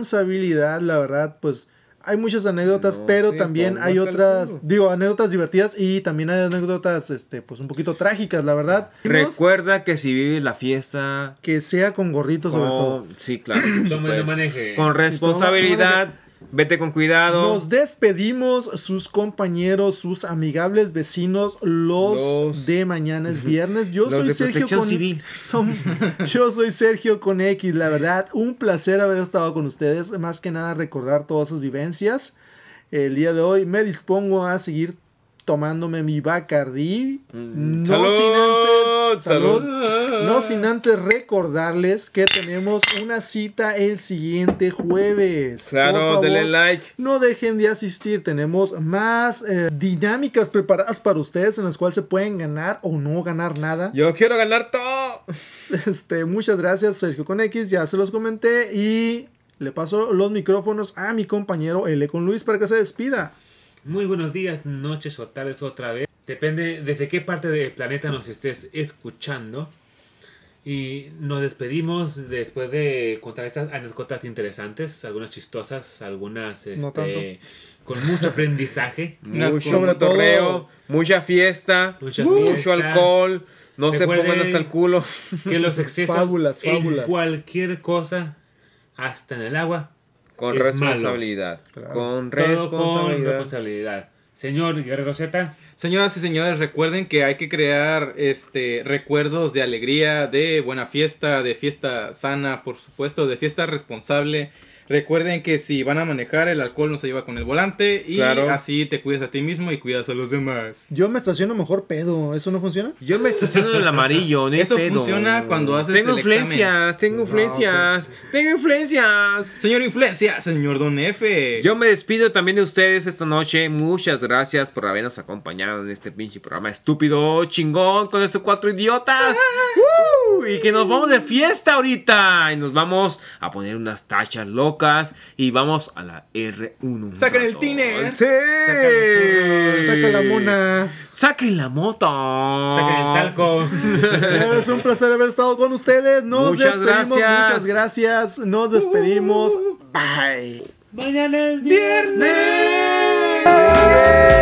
[SPEAKER 6] responsabilidad, la verdad, pues hay muchas anécdotas, pero
[SPEAKER 2] sí,
[SPEAKER 6] también
[SPEAKER 2] pues,
[SPEAKER 6] hay
[SPEAKER 2] no está el
[SPEAKER 6] otras,
[SPEAKER 2] culo.
[SPEAKER 6] digo, anécdotas divertidas y también hay anécdotas, este, pues un poquito trágicas, la verdad.
[SPEAKER 3] Recuerda que si vives la fiesta.
[SPEAKER 6] Que sea con gorrito sobre
[SPEAKER 3] con-
[SPEAKER 6] todo.
[SPEAKER 3] Sí, claro. por
[SPEAKER 4] Toma y no
[SPEAKER 3] supuesto.
[SPEAKER 4] maneje.
[SPEAKER 3] Con responsabilidad. Vete con cuidado.
[SPEAKER 6] Nos despedimos, sus compañeros, sus amigables vecinos, los,
[SPEAKER 3] Los-
[SPEAKER 6] de mañana es viernes. Yo
[SPEAKER 3] Los
[SPEAKER 6] soy
[SPEAKER 3] de
[SPEAKER 6] Sergio
[SPEAKER 3] Protección
[SPEAKER 6] con
[SPEAKER 3] Civil.
[SPEAKER 6] son- yo soy Sergio con X, la verdad, un placer haber estado con ustedes, más que nada recordar todas sus vivencias. El día de hoy me dispongo a seguir tomándome mi Bacardí. No
[SPEAKER 3] Mm. Salud,
[SPEAKER 6] sin antes,
[SPEAKER 3] salud.
[SPEAKER 6] no sin antes recordarles que tenemos una cita el siguiente jueves. Por
[SPEAKER 3] Claro,
[SPEAKER 6] favor,
[SPEAKER 3] denle like.
[SPEAKER 6] no dejen de asistir, tenemos más eh, dinámicas preparadas para ustedes en las cuales se pueden ganar o no ganar nada.
[SPEAKER 3] Yo quiero ganar todo.
[SPEAKER 6] Este, muchas gracias Sergio con X, ya se los comenté y le paso los micrófonos a mi compañero L con Luis para que se despida.
[SPEAKER 4] Muy buenos días, noches o tardes otra vez. Depende desde qué parte del planeta nos estés escuchando. Y nos despedimos después de contar estas anécdotas interesantes, algunas chistosas, algunas
[SPEAKER 6] No
[SPEAKER 4] este, con mucho aprendizaje.
[SPEAKER 3] Mucho
[SPEAKER 6] sobre todo-
[SPEAKER 3] cotorreo, mucha fiesta,
[SPEAKER 4] Mucha
[SPEAKER 3] mucho
[SPEAKER 4] fiesta.
[SPEAKER 3] alcohol. No se, pongan
[SPEAKER 4] Recuerden
[SPEAKER 3] hasta el culo.
[SPEAKER 4] Que los excesos
[SPEAKER 6] Fábulas, fábulas.
[SPEAKER 4] en cualquier cosa, hasta en el agua,
[SPEAKER 3] Con
[SPEAKER 4] es malo.
[SPEAKER 3] responsabilidad. Con
[SPEAKER 4] todo con
[SPEAKER 3] responsabilidad.
[SPEAKER 4] responsabilidad. Señor Guerrero Z,
[SPEAKER 2] Señoras y señores, recuerden que hay que crear este recuerdos de alegría, de buena fiesta, de fiesta sana, por supuesto, de fiesta responsable. Recuerden que si van a manejar, el alcohol no se lleva con el volante y
[SPEAKER 3] Claro.
[SPEAKER 2] así te cuidas a ti mismo y cuidas a los demás.
[SPEAKER 6] Yo me estaciono mejor pedo, ¿eso no funciona?
[SPEAKER 3] Yo me estaciono en el amarillo, no hay
[SPEAKER 2] Eso
[SPEAKER 3] pedo.
[SPEAKER 2] funciona cuando haces
[SPEAKER 3] Tengo
[SPEAKER 2] el
[SPEAKER 3] influencias, tengo
[SPEAKER 6] pues
[SPEAKER 3] influencias, tengo influencias.
[SPEAKER 2] Señor Influencia, señor Don F.
[SPEAKER 3] Yo me despido también de ustedes esta noche. Muchas gracias por habernos acompañado en este pinche programa estúpido, chingón, con estos cuatro idiotas. ¡Uh! Y que nos vamos de fiesta ahorita. Y nos vamos a poner unas tachas locas. Y vamos a la R1. un
[SPEAKER 2] Saquen el
[SPEAKER 3] rato.
[SPEAKER 2] tiner.
[SPEAKER 3] ¡Sí!
[SPEAKER 6] Saca la mona.
[SPEAKER 3] ¡Saquen la moto!
[SPEAKER 4] saquen el talco.
[SPEAKER 6] Señores, es un placer haber estado con ustedes. Nos
[SPEAKER 3] Muchas
[SPEAKER 6] despedimos.
[SPEAKER 3] gracias. Uh-huh.
[SPEAKER 6] Muchas gracias. Nos despedimos. Bye.
[SPEAKER 4] Mañana es viernes.
[SPEAKER 6] Viernes.